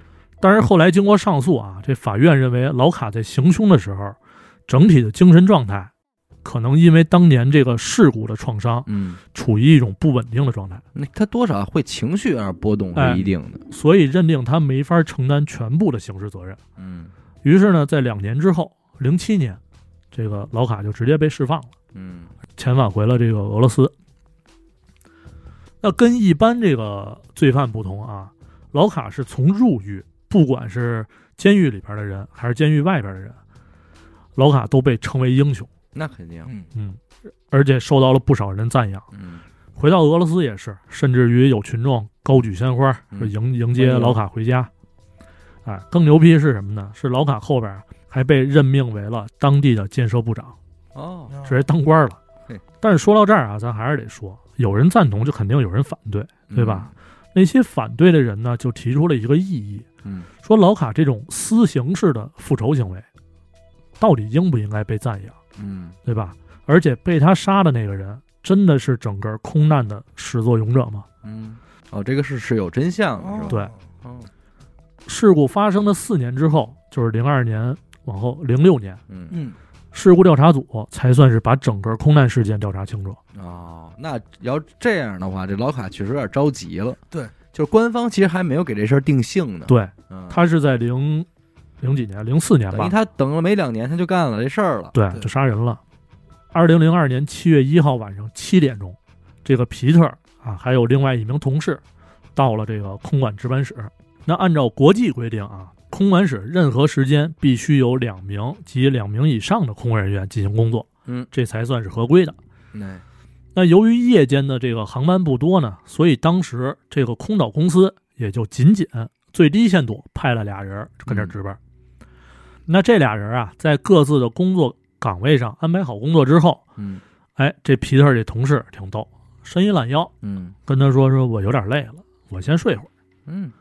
S3: 但是后来经过上诉啊，这法院认为老卡在行凶的时候，整体的精神状态可能因为当年这个事故的创伤，
S1: 嗯，
S3: 处于一种不稳定的状态，
S1: 那他多少会情绪有点波动
S3: 哎
S1: 是一定的，
S3: 所以认定他没法承担全部的刑事责任。
S1: 嗯
S3: 于是呢，在两年之后，零七年，这个老卡就直接被释放了，
S1: 嗯，
S3: 遣返回了这个俄罗斯。那跟一般这个罪犯不同啊，老卡是从入狱，不管是监狱里边的人还是监狱外边的人，老卡都被称为英雄，
S1: 那肯定，
S2: 嗯，
S3: 嗯，而且受到了不少人赞扬。
S1: 嗯，
S3: 回到俄罗斯也是，甚至于有群众高举鲜花，
S1: 嗯
S3: 说迎迎接
S1: 哎呦
S3: 老卡回家。哎，更牛逼是什么呢？是老卡后边还被任命为了当地的建设部长，
S1: 哦，
S3: 直接当官了
S1: 嘿。
S3: 但是说到这儿啊，咱还是得说，有人赞同就肯定有人反对。对吧？那些反对的人呢，就提出了一个异议，
S1: 嗯，
S3: 说老卡这种私刑式的复仇行为，到底应不应该被赞扬，
S1: 嗯
S3: 对吧？而且被他杀的那个人，真的是整个空难的始作俑者吗？
S1: 嗯嗯，哦，这个是是有真相的是吧？
S3: 对
S1: 哦，
S3: 事故发生的四年之后，就是零二年往后，零六年，
S1: 嗯，
S2: 嗯，
S3: 事故调查组才算是把整个空难事件调查清楚。
S1: 哦，那要这样的话，这老卡确实有点着急了。
S2: 对，
S1: 就是官方其实还没有给这事儿定性呢。，
S3: 对，
S1: 嗯、
S3: 他是在零零几年，零四年
S1: 等于
S3: 吧，
S1: 他等了没两年，他就干了这事儿了。
S3: 对，
S2: 对
S3: 就杀人了。二零零二年七月一号晚上七点钟，这个皮特啊，还有另外一名同事，到了这个空管值班室。那按照国际规定啊，空管室任何时间必须有两名及两名以上的空管人员进行工作，
S1: 嗯，
S3: 这才算是合规的。
S1: 那
S3: 那由于夜间的这个航班不多呢，所以当时这个空岛公司也就仅仅最低限度派了俩人跟这儿值班。那这俩人啊，在各自的工作岗位上安排好工作之后，
S1: 嗯
S3: 哎，这皮特这同事挺逗，伸一懒腰，
S1: 嗯
S3: 跟他说：“说我有点累了，我先睡会儿。
S1: 嗯，”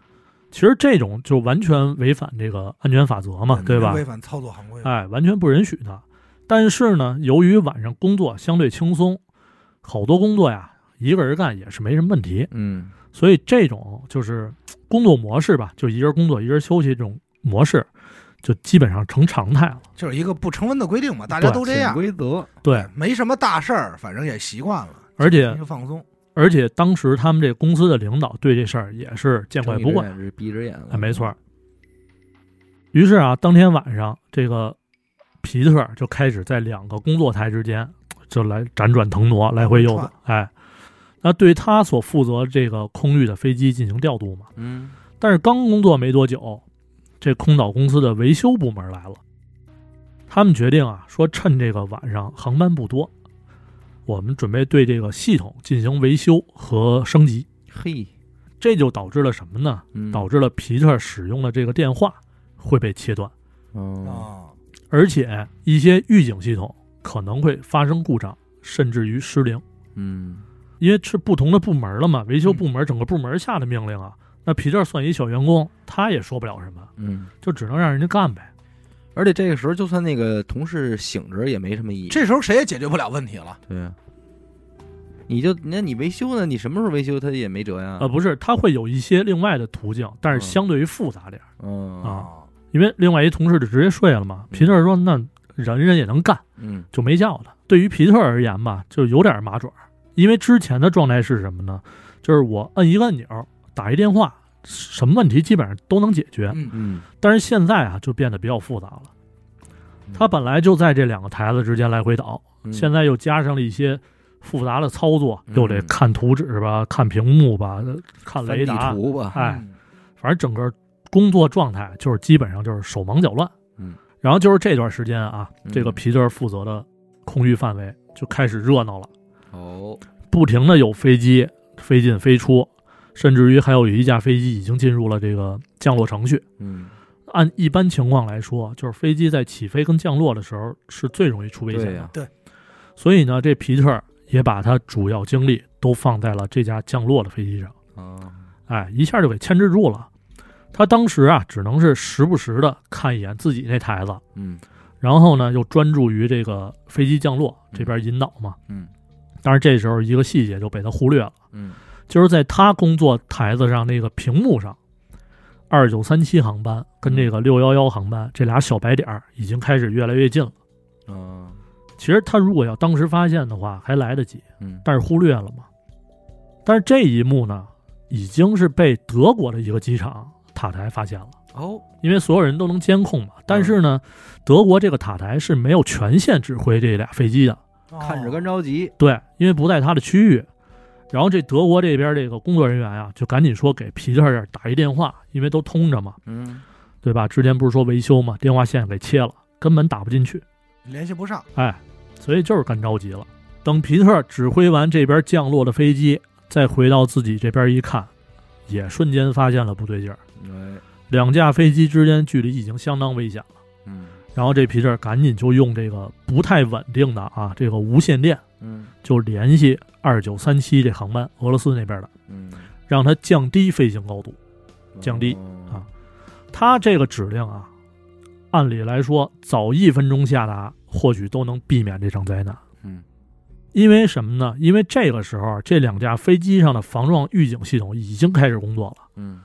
S3: 其实这种就完全违反这个安全法则嘛，对吧？
S2: 违反操作行规。
S3: 哎，完全不允许的。但是呢，由于晚上工作相对轻松，好多工作呀，一个人干也是没什么问题。
S1: 嗯
S3: 所以这种就是嘖工作模式吧，就一人工作一人休息这种模式，就基本上成常态了。
S2: 就是一个不成文的规定嘛，大家
S3: 对
S2: 都这
S1: 潜
S2: 样，
S1: 规则。
S3: 对，
S2: 没什么大事儿，反正也习惯了，
S3: 而且
S2: 您就放松。
S3: 而且当时他们这公司的领导对这事儿也是见怪不怪，
S1: 是闭着眼了。
S3: 哎，没错儿。于是啊，当天晚上，这个皮特就开始在两个工作台之间就来辗转腾挪，来回游走
S2: 转。
S3: 哎，那对他所负责这个空域的飞机进行调度嘛。
S1: 嗯
S3: 但是刚工作没多久，这空岛公司的维修部门来了，他们决定啊，说趁这个晚上航班不多，我们准备对这个系统进行维修和升级。
S1: 嘿，
S3: 这就导致了什么呢？
S1: 嗯
S3: 导致了皮特使用的这个电话会被切断，嗯
S1: 哦，
S2: 哦，
S3: 而且一些预警系统可能会发生故障，甚至于失灵。
S1: 嗯
S3: 因为是不同的部门了嘛，维修部门整个部门下的命令啊，那皮特算一小员工，他也说不了什么，
S1: 嗯。
S3: 就只能让人家干呗。
S1: 而且这个时候，就算那个同事醒着也没什么意义。
S2: 这时候谁也解决不了问题了。
S1: 对啊，你就那你维修呢？你什么时候维修？他也没辙呀。
S3: 呃，不是，他会有一些另外的途径，但是相对于复杂点儿，
S1: 嗯
S3: 啊
S2: 哦，
S3: 因为另外一同事就直接睡了嘛。皮特说：“那人人也能干。”
S1: 嗯
S3: 就没叫他。对于皮特而言吧，就有点麻爪儿，因为之前的状态是什么呢？就是我摁一个按钮，打一电话，什么问题基本上都能解决。
S2: 嗯，
S1: 嗯，
S3: 但是现在啊，就变得比较复杂了。他本来就在这两个台子之间来回倒，
S1: 嗯
S3: 现在又加上了一些复杂的操作，
S1: 嗯
S3: 又得看图纸吧，看屏幕吧，呃看雷
S1: 翻
S3: 达
S1: 地，图吧，
S3: 哎，
S2: 嗯
S3: 反正整个工作状态就是基本上就是手忙脚乱。
S1: 嗯，
S3: 然后就是这段时间啊，
S1: 嗯
S3: 这个皮特负责的空域范围就开始热闹了，
S1: 哦，
S3: 不停的有飞机飞进飞出，甚至于还有一架飞机已经进入了这个降落程序。
S1: 嗯，
S3: 按一般情况来说，就是飞机在起飞跟降落的时候是最容易出危险的。
S1: 对呀，
S3: 所以呢，这皮特也把他主要精力都放在了这架降落的飞机上，
S1: 啊，
S3: 哎，一下就给牵制住了。他当时啊，只能是时不时的看一眼自己那台子，
S1: 嗯
S3: 然后呢，又专注于这个飞机降落这边引导嘛。
S1: 嗯。
S3: 但是这时候一个细节就被他忽略了，
S1: 嗯
S3: 就是在他工作台子上那个屏幕上，二九三七航班跟这个六幺幺航班这俩小白点儿已经开始越来越近了。
S1: 啊，
S3: 其实他如果要当时发现的话，还来得及。
S1: 嗯
S3: 但是忽略了嘛。但是这一幕呢，已经是被德国的一个机场塔台发现了，
S1: 哦，
S3: 因为所有人都能监控嘛。但是呢，德国这个塔台是没有权限指挥这俩飞机的，
S1: 看着跟
S2: 哦
S1: 着急，
S3: 对，因为不在他的区域。然后这德国这边这个工作人员啊，就赶紧说给皮特这儿打一电话，因为都通着嘛，
S1: 嗯
S3: 对吧？之前不是说维修嘛，电话线给切了，根本打不进去。
S2: 联系不上，
S3: 哎，所以就是干着急了。等皮特指挥完这边降落的飞机，再回到自己这边一看，也瞬间发现了不对劲儿。
S1: 哎，
S3: 两架飞机之间距离已经相当危险了。
S1: 嗯
S3: 然后这皮特赶紧就用这个不太稳定的啊，这个无线电
S1: 嗯
S3: 就联系二九三七这航班，俄罗斯那边的，
S1: 嗯，
S3: 让它降低飞行高度。降低
S1: 哦
S3: 啊，他这个指令啊，按理来说早一分钟下达，或许都能避免这场灾难。
S1: 嗯，
S3: 因为什么呢？因为这个时候啊这两架飞机上的防撞预警系统已经开始工作了，
S1: 嗯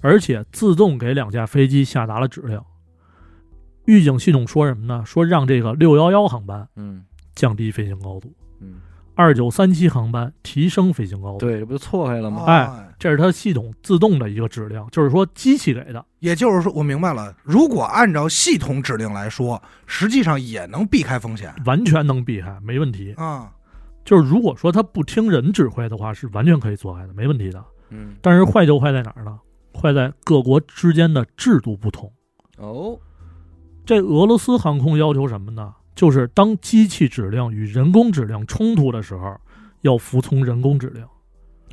S3: 而且自动给两架飞机下达了指令。预警系统说什么呢？说让这个六幺幺航班
S1: 嗯
S3: 降低飞行高度，
S1: 嗯，
S3: 二九三七航班提升飞行高度。
S1: 对，这不就错开了
S2: 哦
S1: 吗？
S3: 哎，这是它系统自动的一个指令，就是说机器给的。
S2: 也就是说，我明白了，如果按照系统指令来说，实际上也能避开风险
S3: 完全能避开，没问题。
S2: 啊。
S3: 就是如果说他不听人指挥的话，是完全可以做开的，没问题的。
S1: 嗯，
S3: 但是坏就坏在哪儿呢？坏在各国之间的制度不同。
S1: 哦，
S3: 这俄罗斯航空要求什么呢？就是当机器指令与人工指令冲突的时候，要服从人工指令；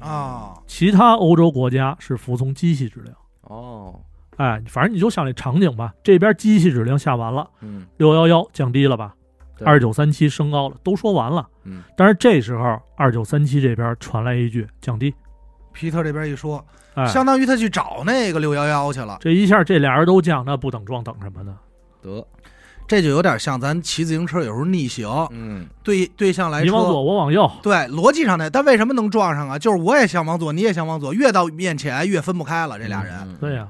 S2: 啊，
S3: 其他欧洲国家是服从机器指令。
S1: 哦，
S3: 哎，反正你就想这场景吧，这边机器指令下完了，
S1: 嗯
S3: 六幺幺降低了吧，
S1: 对
S3: 二九三七升高了，都说完了。
S1: 嗯，
S3: 但是这时候二九三七这边传来一句降低，
S2: 皮特这边一说，
S3: 哎，
S2: 相当于他去找那个六幺幺去了，
S3: 这一下这俩人都降，那不等撞等什么呢？
S1: 得，
S2: 这就有点像咱骑自行车有时候逆行，
S1: 嗯
S2: 对对象来
S3: 你往左，
S2: 说。
S3: 我往右，
S2: 对，逻辑上的，但为什么能撞上啊？就是我也想往左，你也想往左，越到面前越分不开了。这俩人，
S1: 嗯
S3: 对呀、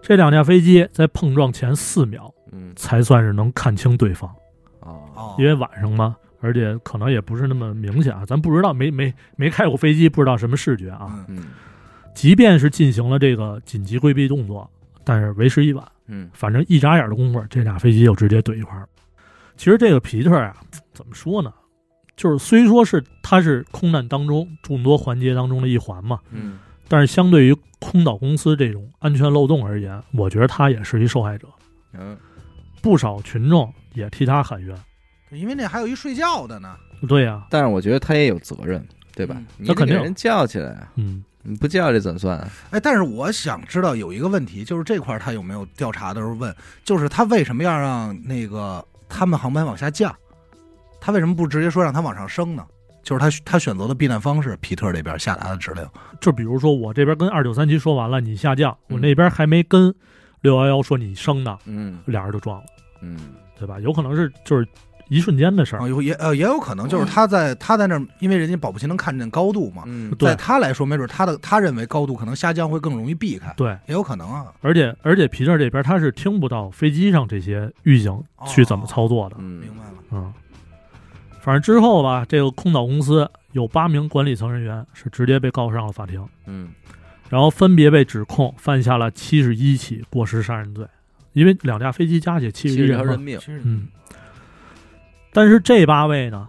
S3: 这两架飞机在碰撞前四秒
S1: 嗯
S3: 才算是能看清对方，
S1: 哦，
S2: 哦，
S3: 因为晚上嘛，而且可能也不是那么明显啊，咱不知道，没没没开过飞机，不知道什么视觉啊。
S2: 嗯，
S1: 嗯
S3: 即便是进行了这个紧急规避动作，但是为时已晚，
S1: 嗯
S3: 反正一眨眼的功夫，这俩飞机就直接怼一块儿了。其实这个皮特啊，怎么说呢？就是虽说是它是空难当中众多环节当中的一环嘛，
S1: 嗯，
S3: 但是相对于空岛公司这种安全漏洞而言，我觉得他也是一受害者，
S1: 嗯
S3: 不少群众也替他喊冤。
S2: 因为那还有一睡觉的呢，
S3: 对啊呀、
S1: 但是我觉得他也有责任，对吧
S2: 嗯？
S1: 你得
S3: 那肯
S1: 给
S3: 定
S1: 人叫起来啊，
S3: 嗯，
S1: 你不叫这怎么算啊？
S2: 哎，但是我想知道有一个问题，就是这块儿他有没有调查的时候问，就是他为什么要让那个他们航班往下降？他为什么不直接说让他往上升呢？就是他他选择的避难方式，皮特这边下达的指令。
S3: 就比如说我这边跟二九三七说完了，你下降，
S1: 嗯
S3: 我那边还没跟六幺幺说你升呢，
S1: 嗯
S3: 俩人就撞了，
S1: 嗯
S3: 对吧？有可能是就是一瞬间的事
S2: 然
S3: 儿
S2: 后。有也呃也有可能就是他在他在那儿，因为人家保不齐能看见高度嘛，
S1: 嗯，
S3: 对
S2: 在他来说，没准他的他认为高度可能下降会更容易避开，
S3: 对，
S2: 也有可能啊。
S3: 而且而且皮特这边他是听不到飞机上这些预警去怎么操作的，
S2: 明白
S1: 嗯
S2: 了，
S3: 嗯，反正之后吧，这个空岛公司有八名管理层人员是直接被告上了法庭，
S1: 嗯
S3: 然后分别被指控犯下了七十一起过失杀人罪，因为两架飞机加起七
S1: 其
S3: 十
S1: 实
S3: 一人
S1: 条
S3: 嘛
S1: 人，命，
S2: 其实
S3: 嗯。但是这八位呢，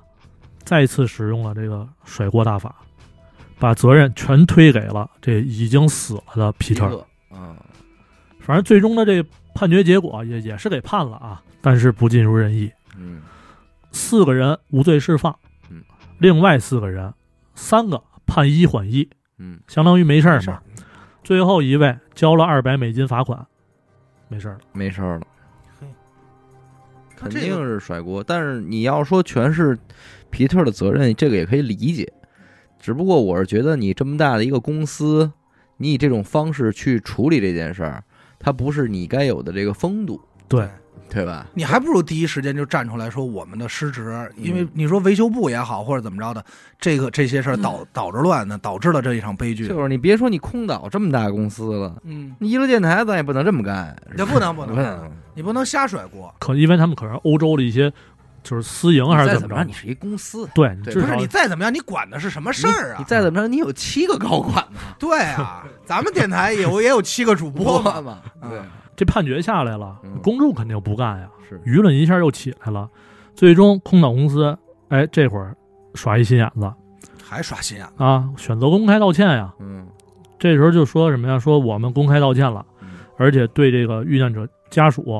S3: 再次使用了这个甩锅大法，把责任全推给了这已经死了的皮特。
S1: 特，嗯，
S3: 反正最终的这判决结果也也是给判了啊，但是不尽如人意，
S1: 嗯，
S3: 四个人无罪释放
S1: 嗯，
S3: 另外四个人三个判一缓一，
S1: 嗯，
S3: 相当于没事儿
S2: 没事
S3: 嘛
S2: 儿。
S3: 最后一位交了二百美金罚款，没事儿了。
S1: 没事儿了
S2: 嘿。
S1: 肯
S2: 这个
S1: 定是甩锅，但是你要说全是皮特的责任，这个也可以理解。只不过我是觉得你这么大的一个公司，你以这种方式去处理这件事儿，它不是你该有的这个风度，
S3: 对，
S1: 对吧？
S2: 你还不如第一时间就站出来说我们的失职，因
S1: 嗯
S2: 为你说维修部也好，或者怎么着的，这个这些事儿导导致乱呢，导致了这一场悲剧。
S1: 嗯就是你别说你空岛这么大公司了，
S2: 嗯，
S1: 你娱乐电台咱也不能这么干，
S2: 也不能不
S1: 不
S2: 能，你不能瞎甩锅。
S3: 可因为他们可是欧洲的一些就是私营还
S1: 你
S3: 是
S1: 再
S3: 么
S1: 怎
S3: 着
S1: 着，你，是一公司，
S3: 对，你
S1: 对
S3: 至
S2: 不
S3: 少
S2: 是你再怎么样，你管的是什么事儿
S1: 你
S2: 啊？
S1: 再怎么着，你有七个高 管呢，
S2: 对啊，咱们电台有也有七个主播嘛，
S1: 嘛，
S2: 啊
S1: 对，
S3: 这判决下来了
S1: 嗯，
S3: 公众肯定不干呀，
S1: 是
S3: 舆论一下又起来了。最终，空岛公司，哎，这会儿耍一心眼子
S2: 还耍心眼。
S3: 啊，选择公开道歉呀。
S1: 嗯
S3: 这时候就说什么呀？说我们公开道歉了，
S1: 嗯
S3: 而且对这个遇难者家属啊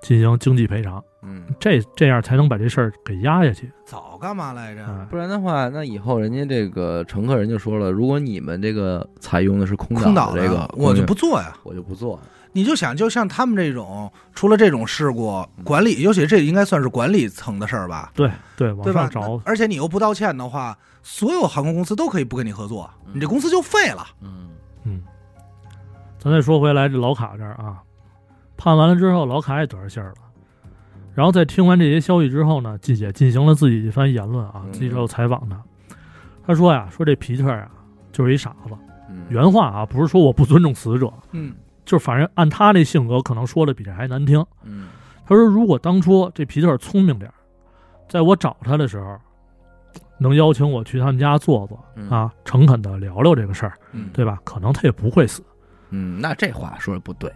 S3: 进行经济赔偿，
S1: 嗯，
S3: 这这样才能把这事儿给压下去。
S2: 早干嘛来着？
S3: 哎，
S1: 不然的话，那以后人家这个乘客人就说了，如果你们这个采用的是空
S2: 空岛
S1: 的这
S2: 的
S1: 个，嗯
S2: 我就不做呀。
S1: 我就不做了，
S2: 你就想，就像他们这种，出了这种事故，
S1: 嗯
S2: 管理，尤其这应该算是管理层的事儿吧，
S3: 对对，往
S2: 对吧
S3: 上？找
S2: 那，而且你又不道歉的话，所有航空公司都可以不跟你合作，
S1: 嗯
S2: 你这公司就废了。
S1: 嗯
S3: 嗯。咱再说回来，这老卡这儿啊，判完了之后，老卡也得着信儿了。然后在听完这些消息之后呢，记也进行了自己一番言论啊
S1: 嗯。
S3: 记者有采访他，他说呀，说这皮特啊就是一傻子。
S1: 嗯，
S3: 原话啊，不是说我不尊重死者，
S2: 嗯，
S3: 就是反正按他这性格，可能说的比这还难听。
S1: 嗯
S3: 他说，如果当初这皮特聪明点儿，在我找他的时候，能邀请我去他们家坐坐
S1: 嗯
S3: 啊，诚恳的聊聊这个事儿，
S1: 嗯
S3: 对吧？可能他也不会死。
S1: 嗯，那这话说的不对。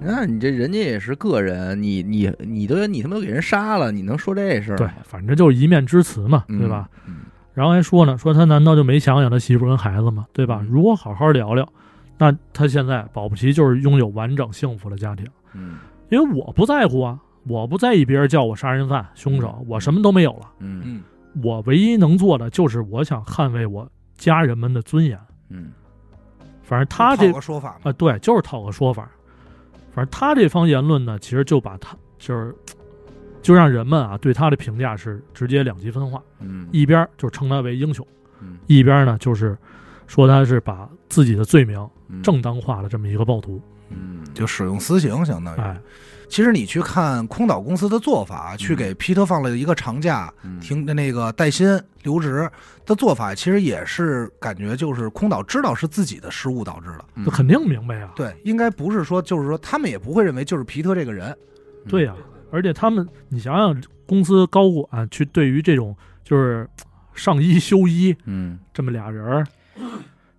S1: 那你这人家也是个人，你你你都你他妈都给人杀了，你能说这事儿？
S3: 对，反正就是一面之词嘛，
S1: 嗯
S3: 对吧？？
S1: 嗯
S3: 然后还说呢，说他难道就没想想他媳妇跟孩子吗？对吧
S1: 嗯？
S3: 如果好好聊聊，那他现在保不齐就是拥有完整幸福的家庭。
S1: 嗯
S3: 因为我不在乎啊，我不在意别人叫我杀人犯、凶手，我什么都没有了。
S1: 嗯
S2: 嗯，
S3: 我唯一能做的就是我想捍卫我家人们的尊严。
S1: 嗯
S3: 反正他这
S2: 有
S3: 啊、
S2: 个说法嘛，
S3: 对，就是套个说法。反正他这方言论呢，其实就把他就是就让人们啊对他的评价是直接两极分化，
S1: 嗯
S3: 一边儿就称他为英雄，
S1: 嗯
S3: 一边儿呢就是说他是把自己的罪名
S1: 嗯
S3: 正当化了这么一个暴徒。
S1: 嗯
S2: 就使用私刑相当于。
S3: 哎，
S2: 其实你去看空岛公司的做法，
S3: 嗯
S2: 去给皮特放了一个长假，
S1: 嗯
S2: 停那个带薪留职的做法，其实也是感觉就是空岛知道是自己的失误导致的。
S1: 嗯
S3: 那肯定明白啊，
S2: 对，应该不是说就是说他们也不会认为就是皮特这个人。
S1: 嗯
S3: 对呀、而且他们，你想想，公司高管去对于这种就是上衣修衣
S1: 嗯。
S3: 这么俩人儿，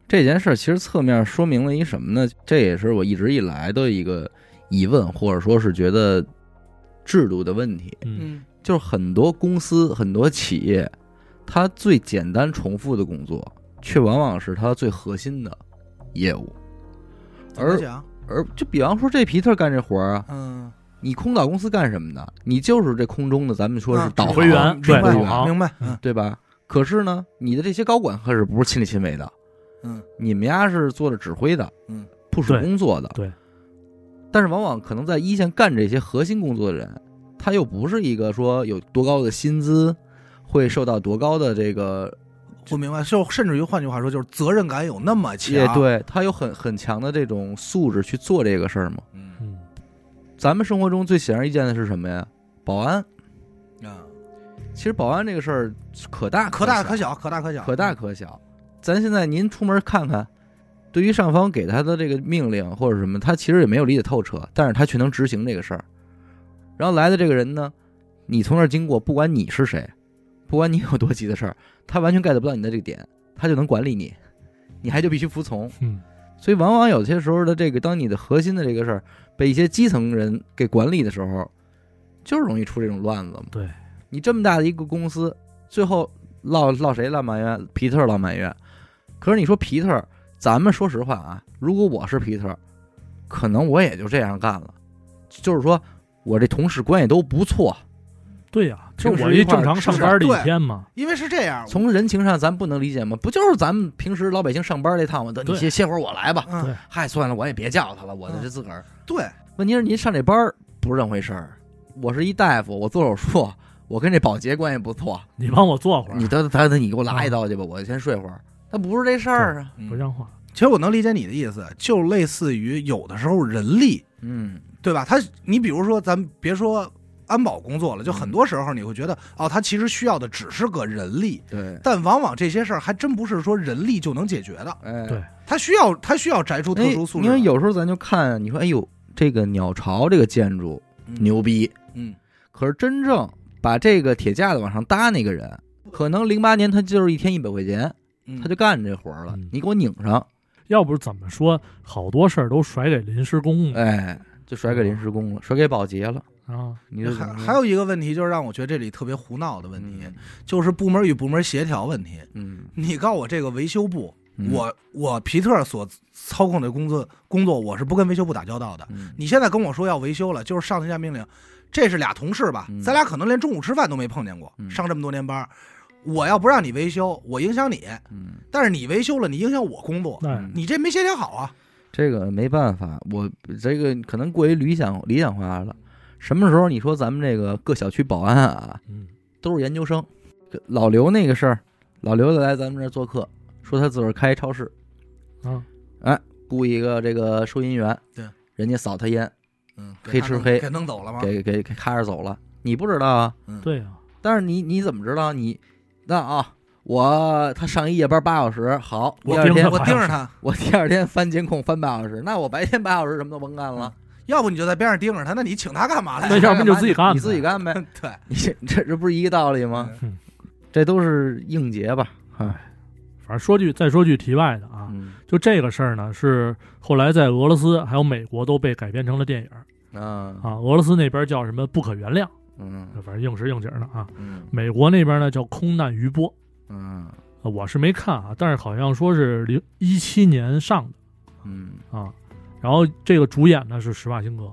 S1: 这件事儿其实侧面说明了一什么呢？这也是我一直以来的一个疑问，或者说是觉得嗯制度的问题。
S3: 嗯，
S1: 就是很多公司、很多企业，它最简单重复的工作，却往往是它最核心的业务。嗯
S2: 怎么
S1: 而
S2: 讲？
S1: 而就比方说这皮特干这活儿啊，
S2: 嗯，
S1: 你空岛公司干什么的？你就是这空中的，咱们说是
S2: 嗯
S1: 导
S2: 指
S1: 航
S3: 挥员
S1: 啊指
S3: 对
S1: 挥
S3: 导
S1: 员
S3: 航
S2: 明白？嗯
S1: 对吧？可是呢，你的这些高管可是不是亲力亲为的，
S2: 嗯
S1: 你们家是做着指挥的，
S2: 嗯，
S1: 部署
S3: 对
S1: 工作的，
S3: 对
S1: 但是往往可能在一线干这些核心工作的人，他又不是一个说有多高的薪资，会受到多高的这个，
S2: 我明白。就甚至于换句话说，就是责任感有那么强
S1: 也。，对他有很很强的这种素质去做这个事儿吗？
S2: 嗯
S3: 嗯，
S1: 咱们生活中最显而易见的是什么呀？保安。
S2: 啊，
S1: 其实保安这个事儿可大
S2: 可大可
S1: 小，
S2: 小，可大可小，嗯
S1: 可大可小。咱现在您出门看看，对于上方给他的这个命令或者什么，他其实也没有理解透彻，但是他却能执行这个事儿。然后来的这个人呢，你从那儿经过，不管你是谁，不管你有多急的事儿，他完全 get 不到你的这个点，他就能管理你，你还就必须服从。
S3: 嗯，
S1: 所以往往有些时候的这个，当你的核心的这个事儿被一些基层人给管理的时候，就是容易出这种乱子嘛。
S3: 对，
S1: 你这么大的一个公司，最后落落谁落满冤？皮特落满冤。可是你说皮特，咱们说实话啊，如果我是皮特，可能我也就这样干了。就是说我这同事关系都不错，
S3: 嗯对呀、这
S1: 平时
S3: 我
S1: 一
S3: 一
S1: 块儿
S3: 正常
S1: 吃
S3: 上
S1: 饭
S3: 班的
S2: 对
S3: 一天嘛，
S2: 因为是这样，
S1: 从人情上咱不能理解吗？不就是咱们平时老百姓上班这趟吗？等你
S3: 对
S1: 歇歇会儿我来吧。
S2: 嗯，
S3: 对
S1: 嗨，算了，我也别叫他了，我这
S2: 嗯
S1: 自个儿。
S2: 对，
S1: 问题是您上这班儿不是这么回事儿。我是一大夫，我做手术，我跟这保洁关系不错。
S3: 你帮我做会儿
S1: 你，等等等，你给我拉一刀去吧，我先睡会儿。他不是这事儿啊。
S2: 嗯
S3: 不像话。
S2: 其实我能理解你的意思，就类似于有的时候人力，
S1: 嗯，
S2: 对吧？他，你比如说，咱们别说安保工作了，就很多时候你会觉得，哦，他其实需要的只是个人力，
S1: 对，
S2: 但往往这些事儿还真不是说人力就能解决的，
S1: 哎，
S3: 对
S2: 他需要他需要摘除特
S1: 哎
S2: 殊素质，啊
S1: 因为有时候咱就看，你说，哎呦，这个鸟巢这个建筑
S2: 嗯，
S1: 牛逼，
S2: 嗯，
S1: 可是真正把这个铁架子往上搭那个人，可能零八年他就是一天一百块钱，
S2: 嗯
S1: 他就干这活儿了
S3: 嗯，
S1: 你给我拧上，
S3: 要不怎么说好多事儿都甩给临时工
S2: 嗯
S3: 呢
S1: 哎，就甩给临时工了，甩给保洁了。
S3: 啊？
S1: 你就
S2: 还还有一个问题，就是让我觉得这里特别胡闹的问题，
S1: 嗯
S2: 就是部门与部门协调问题。
S1: 嗯，
S2: 你告我这个维修部，
S1: 嗯
S2: 我我皮特所操控的工作工作，我是不跟维修部打交道的。
S1: 嗯
S2: 你现在跟我说要维修了，就是上头下命令，这是俩同事吧？
S1: 嗯
S2: 咱俩可能连中午吃饭都没碰见过，
S1: 嗯
S2: 上这么多年班儿，我要不让你维修，我影响你，
S1: 嗯，
S2: 但是你维修了，你影响我工作，
S3: 那
S1: 嗯
S2: 你这没协调好啊。
S1: 这个没办法，我这个可能过于理想理想化了。什么时候你说咱们这个各小区保安啊，
S3: 嗯，
S1: 都是研究生？老刘那个事儿，老刘来咱们这儿做客，说他自个儿开超市，哎
S3: 啊，
S1: 雇一个这个收银员，
S2: 对，
S1: 人家扫他烟，
S2: 嗯，给
S1: 黑
S2: 他
S1: 吃
S2: 弄
S1: 黑
S2: 给弄走了吗？
S1: 给给给咔着走了，你不知道啊？
S2: 嗯，
S3: 对呀、
S1: 但是你你怎么知道你？那啊，我他上一夜班八小时，好，
S3: 我
S1: 第二
S3: 盯
S1: 天
S3: 着
S2: 我盯 着他，
S1: 我第二天翻监控翻八小时，那我白天八小时什么都甭干了，
S2: 要不你就在边上盯着他，那你请他干嘛来？
S3: 那要不你就自己干呗
S1: 你自己干 呗。
S2: 对，
S1: 你这这这不是一个道理吗？
S3: 嗯
S1: 这都是应节吧？哎，
S3: 反正说句再说句题外的啊，
S1: 嗯
S3: 就这个事儿呢，是后来在俄罗斯还有美国都被改编成了电影儿
S1: 啊
S3: 啊。俄罗斯那边叫什么“不可原谅
S1: 嗯”，
S3: 反正应时应景儿的啊。
S1: 嗯
S3: 美国那边呢叫“空难余波
S1: 嗯”，
S3: 呃我是没看啊，但是好像说是零一七年上
S1: 嗯，
S3: 的啊。然后这个主演呢是施瓦辛格，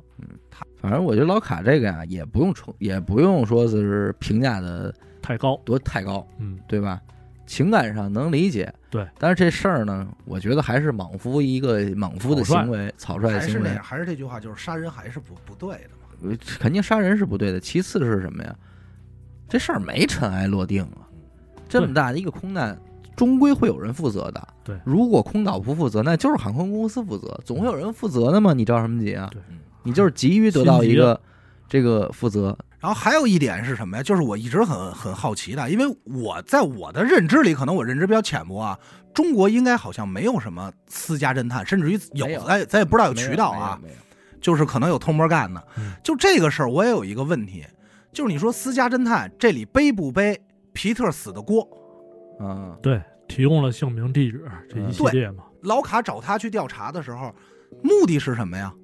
S1: 反正我觉得老卡这个呀、也不用重，也不用说是评价的
S3: 太高，
S1: 多太高，
S3: 嗯，
S1: 对吧？情感上能理解，
S3: 对。
S1: 但是这事儿呢，我觉得还是莽夫一个莽夫的
S3: 草率
S1: 行为，草率的
S2: 还是
S1: 行
S2: 那
S1: 为
S2: 样，，还是这句话，就是杀人还是不不对的嘛。
S1: 呃肯定杀人是不对的。其次是什么呀？这事儿没尘埃落定啊，这么
S3: 对
S1: 大的一个空难，终归会有人负责的。
S3: 对
S1: 如果空岛不负责，那就是航空公司负责，总会有人负责的嘛。你着什么急啊？
S3: 对
S1: 你就是急于得到一个这个负责。
S2: 然后还有一点是什么呀？就是我一直很很好奇的，因为我在我的认知里，可能我认知比较浅薄啊，中国应该好像没有什么私家侦探，甚至于有哎
S1: 没有
S2: 咱也咱也不知道有渠道啊，
S1: 没有，没有
S2: 就是可能有偷摸干的
S3: 嗯。
S2: 就这个事儿，我也有一个问题，就是你说私家侦探这里背不背皮特死的锅？
S1: 没有啊，
S3: 对，提供了姓名、地址这
S1: 嗯
S3: 一系列嘛，
S2: 老卡找他去调查的时候，目的是什么呀？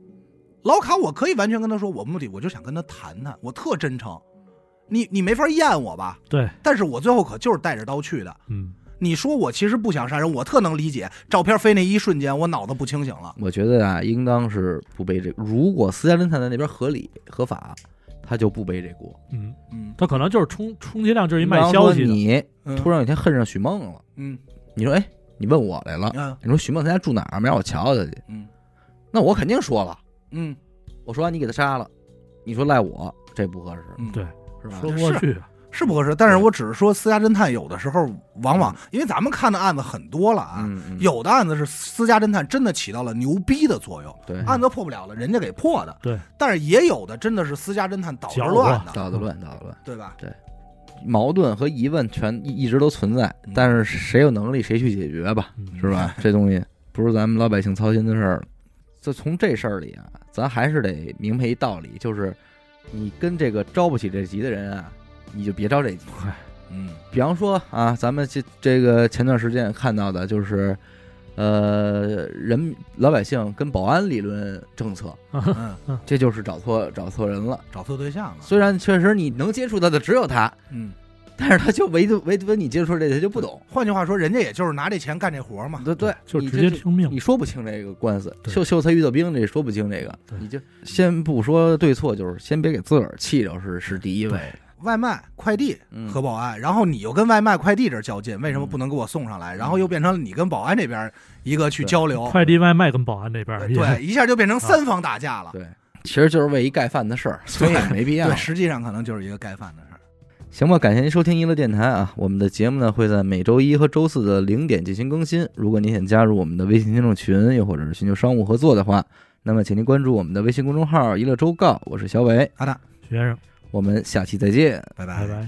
S2: 老卡，我可以完全跟他说，我目的我就想跟他谈谈，我特真诚。你你没法验我吧？
S3: 对，
S2: 但是我最后可就是带着刀去的。
S3: 嗯，
S2: 你说我其实不想杀人，我特能理解。照片飞那一瞬间，我脑子不清醒了。
S1: 我觉得啊，应当是不背这。如果私家侦探在那边合理合法，他就不背这锅。
S3: 嗯，
S2: 嗯
S3: 他可能就是充充其量就是一
S1: 比
S3: 卖
S1: 方
S3: 消
S1: 说
S3: 息的，
S1: 你
S2: 嗯
S1: 突然有一天恨上许梦了，
S2: 嗯
S1: 你说哎，你问我来了，
S2: 嗯
S1: 你说许梦他家住哪儿？没让我瞧瞧去，
S2: 嗯
S1: 那我肯定说了。
S2: 嗯
S1: 我说你给他杀了，你说赖我，这不合适，
S2: 嗯，
S3: 对，
S1: 是吧？
S3: 说不过去，啊
S2: 是不合适。但是我只是说，私家侦探有的时候往往，因为咱们看的案子很多了啊，
S1: 嗯，嗯
S2: 有的案子是私家侦探真的起到了牛逼的作用。
S1: 对
S2: 案子破不了了，人家给破的。
S3: 对，
S2: 但是也有的真的是私家侦探捣着乱的，
S1: 道德论，道德论。
S2: 对吧？
S1: 矛盾和疑问全一一直都存在
S2: 嗯，
S1: 但是谁有能力谁去解决吧，
S3: 嗯
S1: 是吧？这东西不是咱们老百姓操心的事儿了。这从这事儿里啊，咱还是得明白一道理，就是你跟这个着不起这急的人啊，你就别着这急。
S2: 嗯
S1: 比方说啊，咱们这这个前段时间看到的就是呃，人老百姓跟保安理论政策，
S2: 嗯，
S1: 这就是找错找错人了。
S2: 找错对象了，
S1: 虽然确实你能接触到的只有他，
S2: 嗯，
S1: 但是他就唯 独唯独你接触这他就不懂，
S2: 换句话说，人家也就是拿这钱干这活嘛，
S1: 对对，
S3: 就
S1: 你
S3: 直
S1: 这
S3: 接听命
S1: 你。说不清这个官司，
S3: 对
S1: 秀秀才遇到兵，这说不清这个
S3: 对，
S1: 你就先不说对错，就是先别给自个儿气着是是第一位的，
S2: 外卖、快递
S1: 嗯
S2: 和保安，然后你又跟外卖、快递这儿较劲，为什么不能给我送上来？然后又变成了你跟保安这边一个去交流，
S3: 快递外卖跟保安那边儿
S2: 呃
S3: 也
S2: 对，一下就变成三方打架了。
S1: 对，啊其实就是为一盖饭的事儿，所以也没必要
S2: 对，。实际上可能就是一个盖饭的事儿。
S1: 行吧，感谢您收听娱乐电台啊！我们的节目呢会在每周一和周四的零点进行更新。如果您想加入我们的微信听众群，又或者是寻求商务合作的话，那么请您关注我们的微信公众号“娱乐周告”，我是小伟，
S2: 好的，
S3: 学生，
S1: 我们下期再见。
S2: 拜
S3: 拜拜。